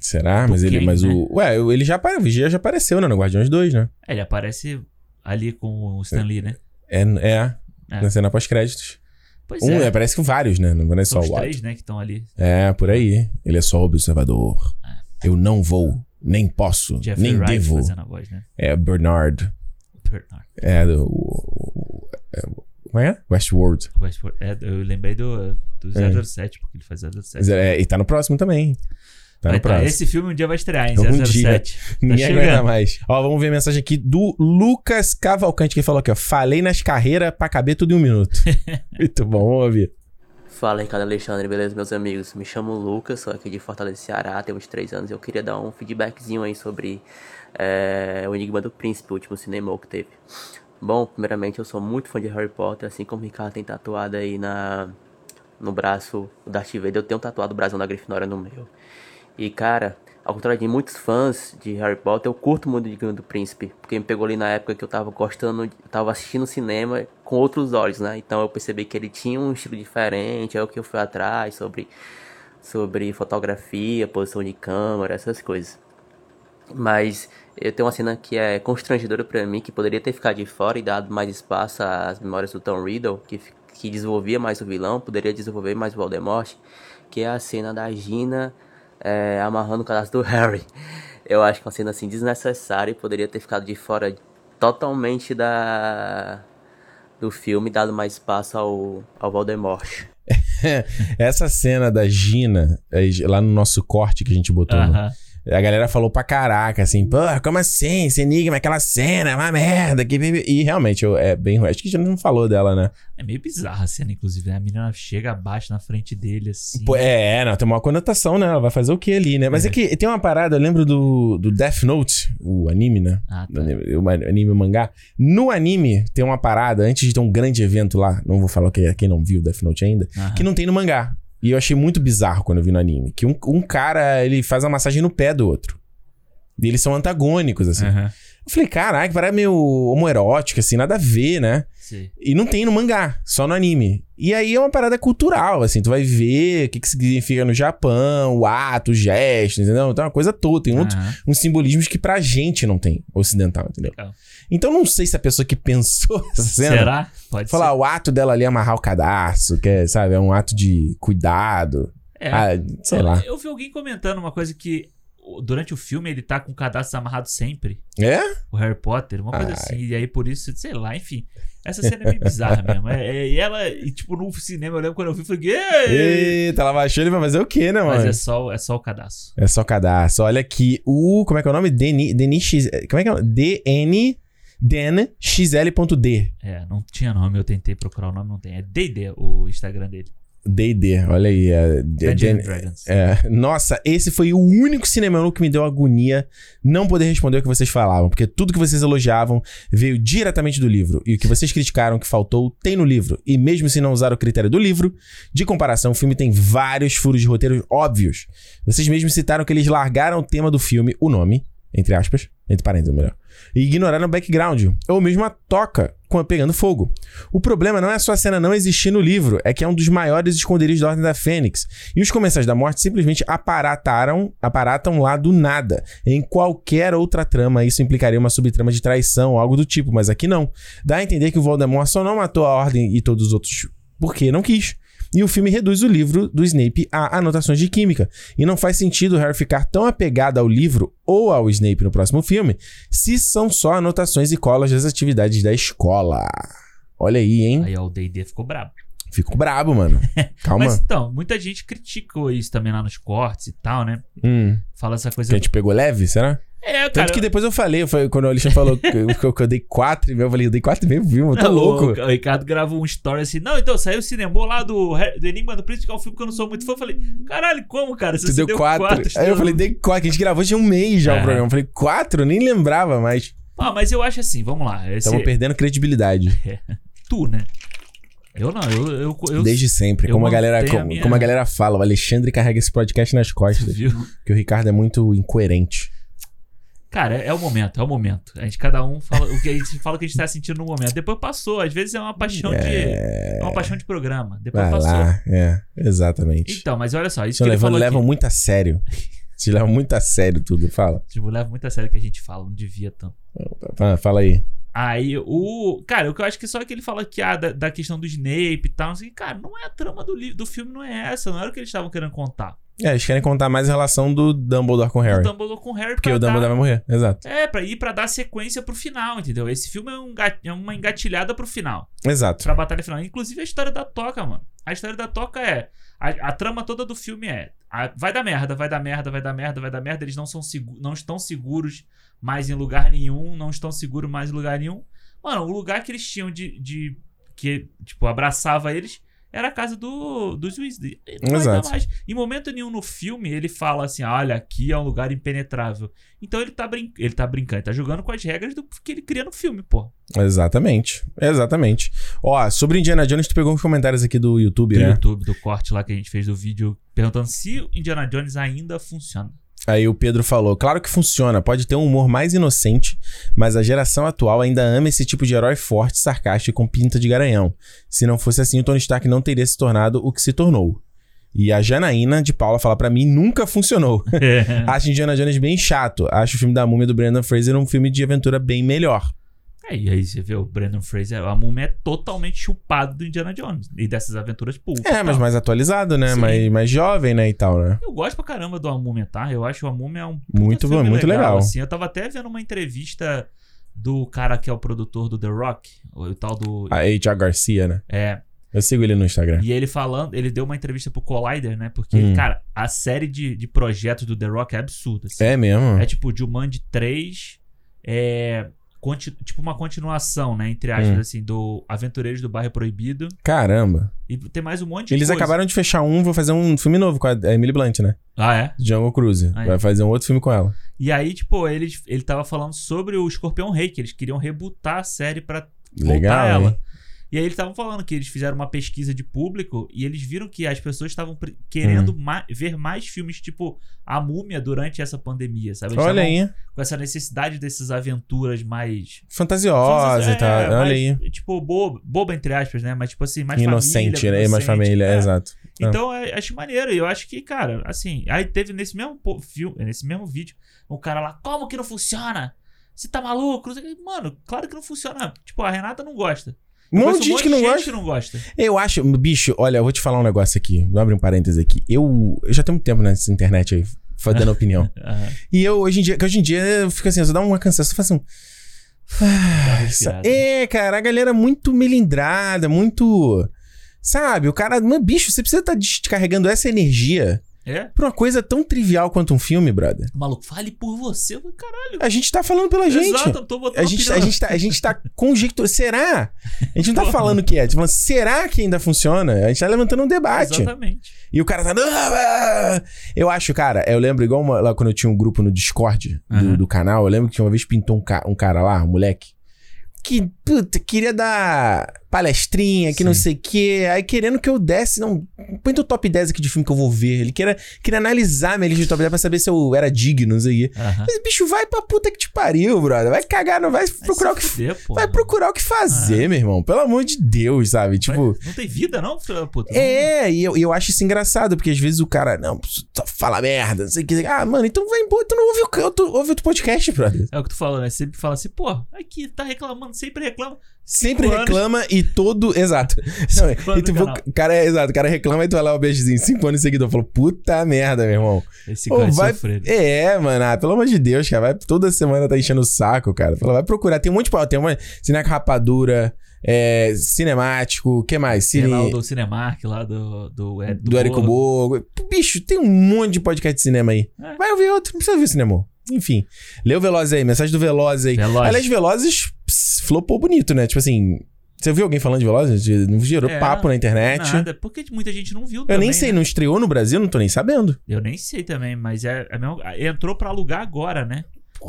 Speaker 1: Será?
Speaker 2: Do
Speaker 1: Mas ele.
Speaker 2: Kang,
Speaker 1: Mas
Speaker 2: né?
Speaker 1: o. Ué, ele já apareceu. O Vigia já apareceu, né? No Guardiões 2, né?
Speaker 2: É, Ele aparece ali com o Stan Lee, né?
Speaker 1: É, é,
Speaker 2: É.
Speaker 1: na cena pós-créditos.
Speaker 2: Pois
Speaker 1: Um,
Speaker 2: é.
Speaker 1: é, parece que vários, né? Não é só
Speaker 2: São
Speaker 1: o
Speaker 2: os
Speaker 1: Watson.
Speaker 2: três, né, que estão ali.
Speaker 1: É, por aí. Ele é só observador. Eu não vou, nem posso,
Speaker 2: Jeffrey
Speaker 1: nem
Speaker 2: Wright
Speaker 1: devo.
Speaker 2: fazendo a voz, né?
Speaker 1: É Bernard.
Speaker 2: Bernard
Speaker 1: É do. o- o- é, Como é? Westworld.
Speaker 2: Westworld. É, eu lembrei do,
Speaker 1: É.
Speaker 2: do 007, porque ele faz 007.
Speaker 1: Mas é, e tá no próximo também. Tá
Speaker 2: Vai
Speaker 1: no
Speaker 2: tá,
Speaker 1: próximo.
Speaker 2: Esse filme um dia vai estrear em
Speaker 1: Algum
Speaker 2: 007.
Speaker 1: Ninguém aguenta
Speaker 2: Tá chegando.
Speaker 1: mais. Ó, vamos ver a mensagem aqui do Lucas Cavalcante, que falou aqui, ó. Falei nas carreiras pra caber tudo em um minuto. Muito bom, vamos ouvir.
Speaker 5: Fala Ricardo Alexandre, beleza, meus amigos? Me chamo Lucas, sou aqui de Fortaleza, Ceará, tenho 23 anos. Eu queria dar um feedbackzinho aí sobre eh, O Enigma do Príncipe, o último cinema que teve. Bom, primeiramente, eu sou muito fã de Harry Potter, assim como o Ricardo tem tatuado aí na, no braço o Darth Vader, eu tenho tatuado o brasão da Grifinória no meu. E cara, ao contrário de muitos fãs de Harry Potter, eu curto muito o Enigma do Príncipe, porque me pegou ali na época que eu tava gostando, de- tava assistindo cinema com outros olhos, né? Então eu percebi que ele tinha um estilo diferente, é o que eu fui atrás sobre sobre fotografia, posição de câmera, essas coisas. Mas eu tenho uma cena que é constrangedora pra mim, que poderia ter ficado de fora e dado mais espaço às memórias do Tom Riddle, que, fi- que desenvolvia mais o vilão, poderia desenvolver mais o Voldemort, que é a cena da Gina é, amarrando o cadastro do Harry. Eu acho que é uma cena assim desnecessária e poderia ter ficado de fora totalmente da do filme, dado mais espaço ao, ao Voldemort.
Speaker 1: Essa cena da Gina, eh, lá no nosso corte que a gente botou, no-
Speaker 2: Aham.
Speaker 1: a galera falou pra caraca, assim, pô, como assim? Esse enigma, aquela cena, é uma merda. Que... E realmente, eu- é bem ruim. Acho que a gente não falou dela, né?
Speaker 2: É meio bizarra a cena, inclusive. né? A menina chega abaixo na frente dele, assim.
Speaker 1: Pô, é, é, não, tem uma conotação, né? Ela vai fazer o que ali, né? Mas é,
Speaker 2: É.
Speaker 1: que tem uma parada, eu lembro do, do Death Note, o anime, né?
Speaker 2: Ah,
Speaker 1: do
Speaker 2: tá.
Speaker 1: anime, o anime o mangá. No anime, tem uma parada, antes de ter um grande evento lá, não vou falar o que é, quem não viu Death Note ainda,
Speaker 2: Aham.
Speaker 1: que não tem no mangá. E eu achei muito bizarro quando eu vi no anime. Que um, um cara, ele faz a massagem no pé do outro. E eles são antagônicos, assim.
Speaker 2: Aham.
Speaker 1: Eu falei, caraca, que parada meio homoerótica, assim, nada a ver, né?
Speaker 2: Sim.
Speaker 1: E não tem no mangá, só no anime. E aí é uma parada cultural, assim, tu vai ver o que, que significa no Japão, o ato, o gesto, entendeu? Então é uma coisa toda, tem um,
Speaker 2: Aham.
Speaker 1: uns simbolismos que pra gente não tem, ocidental, entendeu?
Speaker 2: Legal.
Speaker 1: Então não sei se a pessoa que pensou essa cena.
Speaker 2: Será? Pode
Speaker 1: Falar "Ah, o ato dela ali é amarrar o cadastro, que é, sabe, é um ato de cuidado.
Speaker 2: ser. É.
Speaker 1: Ah, sei lá.
Speaker 2: Eu vi alguém comentando uma coisa que o- durante o filme ele tá com o cadastro amarrado sempre.
Speaker 1: É?
Speaker 2: O Harry Potter, uma coisa
Speaker 1: Ai.
Speaker 2: assim. E aí por isso, sei lá, enfim. Essa cena é meio bizarra mesmo. É, é, e ela, e, tipo, no cinema, eu lembro quando eu vi, eu falei, "Ê!"
Speaker 1: Eita, ela baixou, ele vai fazer o quê, né, mano?
Speaker 2: Mas é só, é só o cadastro.
Speaker 1: É só cadastro. Olha aqui. O. Como é que é o nome? Deni- DNX. Como é que é o nome? DN. DNXL.d.
Speaker 2: É, não tinha nome, eu tentei procurar o nome, não tem. É D&D o Instagram dele.
Speaker 1: DD. Olha aí. É, D-
Speaker 2: Dungeons and
Speaker 1: DN
Speaker 2: Dragons.
Speaker 1: É, nossa, esse foi o único cinema que me deu agonia não poder responder o que vocês falavam, porque tudo que vocês elogiavam veio diretamente do livro, e o que vocês criticaram que faltou tem no livro. E mesmo se não usar o critério do livro, de comparação, o filme tem vários furos de roteiro óbvios. Vocês mesmos citaram que eles largaram o tema do filme, o nome, entre aspas, entre parênteses, melhor, e ignoraram o background, ou mesmo a toca com a pegando fogo. O problema não é só a cena não existir no livro, é que é um dos maiores esconderijos da Ordem da Fênix. E os Comensais da Morte simplesmente aparataram, aparatam lá do nada. Em qualquer outra trama, isso implicaria uma subtrama de traição, algo do tipo, mas aqui não. Dá a entender que o Voldemort só não matou a Ordem e todos os outros porque não quis. E o filme reduz o livro do Snape a anotações de química. E não faz sentido o Harry ficar tão apegado ao livro ou ao Snape no próximo filme, se são só anotações e colas das atividades da escola. Olha aí, hein?
Speaker 2: Aí ó, o D&D ficou brabo.
Speaker 1: Fico brabo, mano. Calma.
Speaker 2: Mas então, muita gente criticou isso também lá nos cortes e tal, né?
Speaker 1: Hum,
Speaker 2: Fala essa
Speaker 1: que
Speaker 2: coisa...
Speaker 1: a gente pegou leve, será?
Speaker 2: É,
Speaker 1: Tanto
Speaker 2: cara...
Speaker 1: que depois eu falei, foi quando o Alexandre falou que, eu- que eu, que eu dei 4,5, eu falei, eu dei 4,5, viu? mano? Tá
Speaker 2: Não,
Speaker 1: louco.
Speaker 2: O, o Ricardo gravou um story assim, não, então saiu o cinema lá do, Re- do Enigma do Príncipe, que é um filme que eu não sou muito fã. Eu falei, caralho, como, cara? Você
Speaker 1: Tu deu 4.
Speaker 2: quatro
Speaker 1: Aí eu
Speaker 2: estrelas?"
Speaker 1: falei, dei 4, que a gente gravou tinha um mês já o
Speaker 2: É.
Speaker 1: programa. Eu falei, 4? Nem lembrava mais.
Speaker 2: Ah, mas eu acho assim, vamos lá. Esse,
Speaker 1: Tamo perdendo credibilidade.
Speaker 2: tu, né? Eu não, eu... eu, eu
Speaker 1: Desde sempre.
Speaker 2: eu
Speaker 1: Como a, galera,
Speaker 2: mantenho a
Speaker 1: como,
Speaker 2: minha-
Speaker 1: como a galera fala, o Alexandre carrega esse podcast nas costas.
Speaker 2: Viu?
Speaker 1: Porque o Ricardo é muito incoerente.
Speaker 2: Cara, é, é o momento, é o momento. A gente, cada um fala o que a gente fala o que a gente tá sentindo no momento. Depois passou, às vezes é uma paixão de...
Speaker 1: É.
Speaker 2: É uma paixão de programa. Depois
Speaker 1: Vai
Speaker 2: passou.
Speaker 1: lá. É, exatamente.
Speaker 2: Então, mas olha só,
Speaker 1: Vocês
Speaker 2: isso que ele
Speaker 1: levam,
Speaker 2: falou
Speaker 1: levam
Speaker 2: aqui.
Speaker 1: muito a sério. Vocês levam muito a sério tudo. Fala. Ah,
Speaker 2: Tipo, leva muito a sério o que a gente fala, não devia tanto.
Speaker 1: Fala- Fala aí.
Speaker 2: Aí o. Cara, o que eu acho que só que ele fala que ah, da, da questão do Snape e tal, não sei, o que. cara, não é a trama do, livro, do filme, não é essa, não era o que eles estavam querendo contar.
Speaker 1: É, eles querem contar mais a relação do Dumbledore com o
Speaker 2: O
Speaker 1: Harry.
Speaker 2: Dumbledore com o Harry
Speaker 1: Porque
Speaker 2: pra
Speaker 1: o Dumbledore
Speaker 2: dar-
Speaker 1: vai morrer, exato.
Speaker 2: É, pra ir pra dar sequência pro final, entendeu? Esse filme é, um ga- é uma engatilhada pro final.
Speaker 1: Exato.
Speaker 2: Pra batalha final. Inclusive a história da Toca, mano. A história da Toca é. A, a trama toda do filme é. a- vai dar merda, vai dar merda, vai dar merda, vai dar merda. Eles não, são segu- não estão seguros mais em lugar nenhum. Não estão seguros mais em lugar nenhum. Mano, o lugar que eles tinham de. de- que, tipo, abraçava eles era a casa do, dos Weasley. Não vai dar
Speaker 1: Exato.
Speaker 2: mais. Em momento nenhum no filme ele fala assim: olha, aqui é um lugar impenetrável. Então ele tá, brin ele tá brincando, ele tá jogando com as regras do que ele cria no filme, pô.
Speaker 1: Exatamente. Exatamente. Ó, sobre Indiana Jones, tu pegou uns comentários aqui do YouTube,
Speaker 2: do
Speaker 1: né?
Speaker 2: YouTube, do corte lá que a gente fez do vídeo, perguntando se o Indiana Jones ainda funciona.
Speaker 1: Aí o Pedro falou: Claro que funciona, pode ter um humor mais inocente, mas a geração atual ainda ama esse tipo de herói forte, sarcástico e com pinta de garanhão. Se não fosse assim, o Tony Stark não teria se tornado o que se tornou. E a Janaína de Paula fala pra mim: Nunca funcionou.
Speaker 2: é,
Speaker 1: Acho Indiana Jones bem chato. Acho o filme da múmia do Brandon Fraser um filme de aventura bem melhor.
Speaker 2: e aí você vê o Brandon Fraser, a múmia é totalmente chupado do Indiana Jones e dessas aventuras públicas.
Speaker 1: É, mas
Speaker 2: tal.
Speaker 1: mais atualizado, né?
Speaker 2: Sim.
Speaker 1: Mais, mais jovem, né? E tal, né?
Speaker 2: Eu gosto pra caramba do Amúmia, tá? Eu acho o Amúmia um puta
Speaker 1: Muito bom,
Speaker 2: filme
Speaker 1: muito legal.
Speaker 2: Assim, eu tava até vendo uma entrevista do cara que é o produtor do The Rock, o, o tal do...
Speaker 1: A H. Garcia, né?
Speaker 2: É,
Speaker 1: Eu sigo ele no Instagram.
Speaker 2: E ele falando, ele deu uma entrevista pro Collider, né? Porque,
Speaker 1: Hum.
Speaker 2: cara, a série de, de projetos do The Rock é absurda. assim.
Speaker 1: É mesmo?
Speaker 2: É tipo Jumanji 3, é, conti- tipo uma continuação, né? Entre aspas,
Speaker 1: Hum.
Speaker 2: assim, do Aventureiros do Bairro Proibido.
Speaker 1: Caramba.
Speaker 2: E tem mais um monte de
Speaker 1: Eles
Speaker 2: coisa.
Speaker 1: acabaram de fechar um, vou fazer um filme novo com a Emily Blunt, né?
Speaker 2: Ah, é?
Speaker 1: Django Cruise.
Speaker 2: Aí.
Speaker 1: Vai fazer um outro filme com ela.
Speaker 2: E aí, tipo, ele, ele tava falando sobre o Escorpião Rei, que eles queriam rebutar a série pra voltar
Speaker 1: Legal.
Speaker 2: ela.
Speaker 1: hein?
Speaker 2: E aí eles estavam falando que eles fizeram uma pesquisa de público e eles viram que as pessoas estavam pre-
Speaker 1: Hum.
Speaker 2: querendo ma- ver mais filmes tipo A Múmia durante essa pandemia, sabe? Eles
Speaker 1: Olha
Speaker 2: estavam
Speaker 1: aí. hein?
Speaker 2: Com essa necessidade dessas aventuras mais...
Speaker 1: Fantasiosa e
Speaker 2: É,
Speaker 1: tal.
Speaker 2: mais,
Speaker 1: Olha aí.
Speaker 2: Tipo, boba, boba entre aspas, né? Mas tipo assim, mais
Speaker 1: Inocente,
Speaker 2: família.
Speaker 1: né? Mais família,
Speaker 2: é.
Speaker 1: exato. É.
Speaker 2: Então, eu acho maneiro. E eu acho que, cara, assim... Aí teve nesse mesmo po- filme, nesse mesmo vídeo, um cara lá, como que não funciona? Você tá maluco? Não sei o que. Mano, claro que não funciona. Tipo, a Renata não gosta.
Speaker 1: Um
Speaker 2: Mas
Speaker 1: monte
Speaker 2: um
Speaker 1: de gente que não
Speaker 2: de
Speaker 1: gosta.
Speaker 2: que não gosta.
Speaker 1: Eu acho, bicho, olha, eu vou te falar um negócio aqui. Vou abrir um parêntese aqui. Eu, eu já tenho muito tempo nessa internet aí, fa- dando opinião.
Speaker 2: Aham. tá
Speaker 1: E eu, hoje em dia, que hoje em dia, eu fico assim, eu só dá uma cansaço, eu faço um. Essa-
Speaker 2: respirada.
Speaker 1: É, cara, a galera é muito melindrada, muito. Sabe, o cara. Mas, bicho, você precisa estar descarregando essa energia
Speaker 2: É?
Speaker 1: pra uma coisa tão trivial quanto um filme, brother.
Speaker 2: Maluco, fale por você, eu falei, caralho.
Speaker 1: A gente tá falando pela gente.
Speaker 2: Exato, eu tô botando
Speaker 1: A gente, a,
Speaker 2: opinião.
Speaker 1: gente tá, a gente tá conjecturando. Será? A gente não tá falando o que é. A gente tá falando, será que ainda funciona? A gente tá levantando um debate.
Speaker 2: Exatamente.
Speaker 1: E o cara tá. "Não, ah!" Eu acho, cara, eu lembro igual uma- lá quando eu tinha um grupo no Discord do,
Speaker 2: Aham.
Speaker 1: do canal, eu lembro que uma vez pintou um, ca- um cara lá, um moleque, que puta, queria dar palestrinha, que não
Speaker 2: Sim.
Speaker 1: sei o quê, aí querendo que eu desse, não, põe teu top 10 aqui de filme que eu vou ver. Ele queria, queria analisar minha lista de top 10 pra saber se eu era digno, não sei o quê.
Speaker 2: Aham.
Speaker 1: Mas, bicho, vai pra puta que te pariu, brother. Vai cagar, não vai procurar o
Speaker 2: Ah. Vai
Speaker 1: que.
Speaker 2: se fuder, pô.
Speaker 1: Vai procurar o que fazer, meu irmão. Pelo amor de Deus, sabe? Tipo.
Speaker 2: Vai- Não tem vida, não, filho da puta.
Speaker 1: É, e eu, e eu acho isso engraçado, porque às vezes o cara, não, só fala merda, não sei o que. Ah, mano, então vai embora, tu não ouve, o- outro, ouve outro podcast, brother.
Speaker 2: É o que tu fala, né? Sempre fala assim, pô, aqui, tá reclamando, sempre reclama.
Speaker 1: Sempre
Speaker 2: Cinco anos.
Speaker 1: reclama e todo. Exato. Não,
Speaker 2: anos
Speaker 1: e tu,
Speaker 2: no
Speaker 1: vou-
Speaker 2: canal.
Speaker 1: cara, é, exato, o cara reclama e tu vai lá o beijozinho, cinco anos seguidos. Eu falo, puta merda, meu irmão.
Speaker 2: Esse
Speaker 1: Ô,
Speaker 2: cara
Speaker 1: vai-
Speaker 2: vai... sofrer.
Speaker 1: É, mano, ah, pelo amor de Deus, cara, vai, toda semana tá enchendo o saco, cara. Fala, vai procurar, tem um monte de. pau, Tem uma Cineca Rapadura, é, Cinemático, o que mais?
Speaker 2: Tem
Speaker 1: Cine.
Speaker 2: É lá o do Cinemark, lá do... Do, é,
Speaker 1: do, Érico
Speaker 2: Borgo.
Speaker 1: Borgo. Bicho, tem um monte de podcast de cinema aí.
Speaker 2: É.
Speaker 1: Vai ouvir outro, não precisa ouvir cinema. Enfim, lê o Veloz aí, mensagem do Veloz aí.
Speaker 2: Veloz.
Speaker 1: Aliás, Velozes pss, flopou bonito, né? Tipo assim, você viu alguém falando de Velozes? De- Não gerou
Speaker 2: É,
Speaker 1: papo na internet.
Speaker 2: Nada, porque muita gente não viu
Speaker 1: Eu
Speaker 2: também,
Speaker 1: nem sei,
Speaker 2: né?
Speaker 1: não estreou no Brasil, não tô nem sabendo.
Speaker 2: Eu nem sei também, mas é, é mesmo- entrou pra alugar agora, né?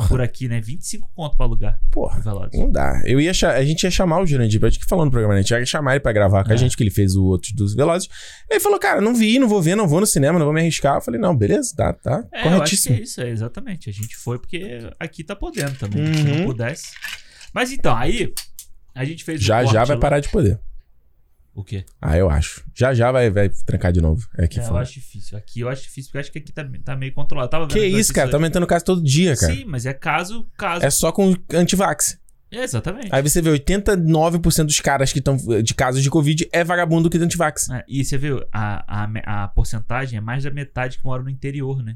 Speaker 2: Por aqui, né? 25 conto pra alugar.
Speaker 1: Porra.
Speaker 2: Velozes.
Speaker 1: Não dá. Eu ia cha- a gente ia chamar o Jurandir, eu acho que falou no programa, né? A gente ia chamar ele pra gravar com a
Speaker 2: É.
Speaker 1: gente, que ele fez o outro dos Velozes. Ele falou, cara, não vi, não vou ver, não vou no cinema, não vou me arriscar. Eu falei, não, beleza, tá, tá.
Speaker 2: É, eu acho que
Speaker 1: corretíssimo.
Speaker 2: é isso, é, exatamente. A gente foi porque aqui tá podendo também. Se não
Speaker 1: Uhum.
Speaker 2: pudesse. Mas então, aí a gente fez. o
Speaker 1: Já,
Speaker 2: corte
Speaker 1: já vai
Speaker 2: lá.
Speaker 1: parar de poder.
Speaker 2: O quê?
Speaker 1: Ah, eu acho. Já já vai, vai trancar de novo. É que
Speaker 2: É, eu
Speaker 1: fala.
Speaker 2: acho difícil. Aqui eu acho difícil porque eu acho que aqui tá, tá meio controlado. Eu Tava
Speaker 1: Que
Speaker 2: vendo as
Speaker 1: isso, cara? Tá
Speaker 2: pessoas-
Speaker 1: aumentando o caso todo dia, cara.
Speaker 2: Sim, mas é caso, caso.
Speaker 1: É só com antivax.
Speaker 2: É, exatamente.
Speaker 1: Aí você vê 89% dos caras que estão de casos de Covid é vagabundo que é antivax.
Speaker 2: É, e você viu, a, a, a porcentagem é mais da metade que mora no interior, né?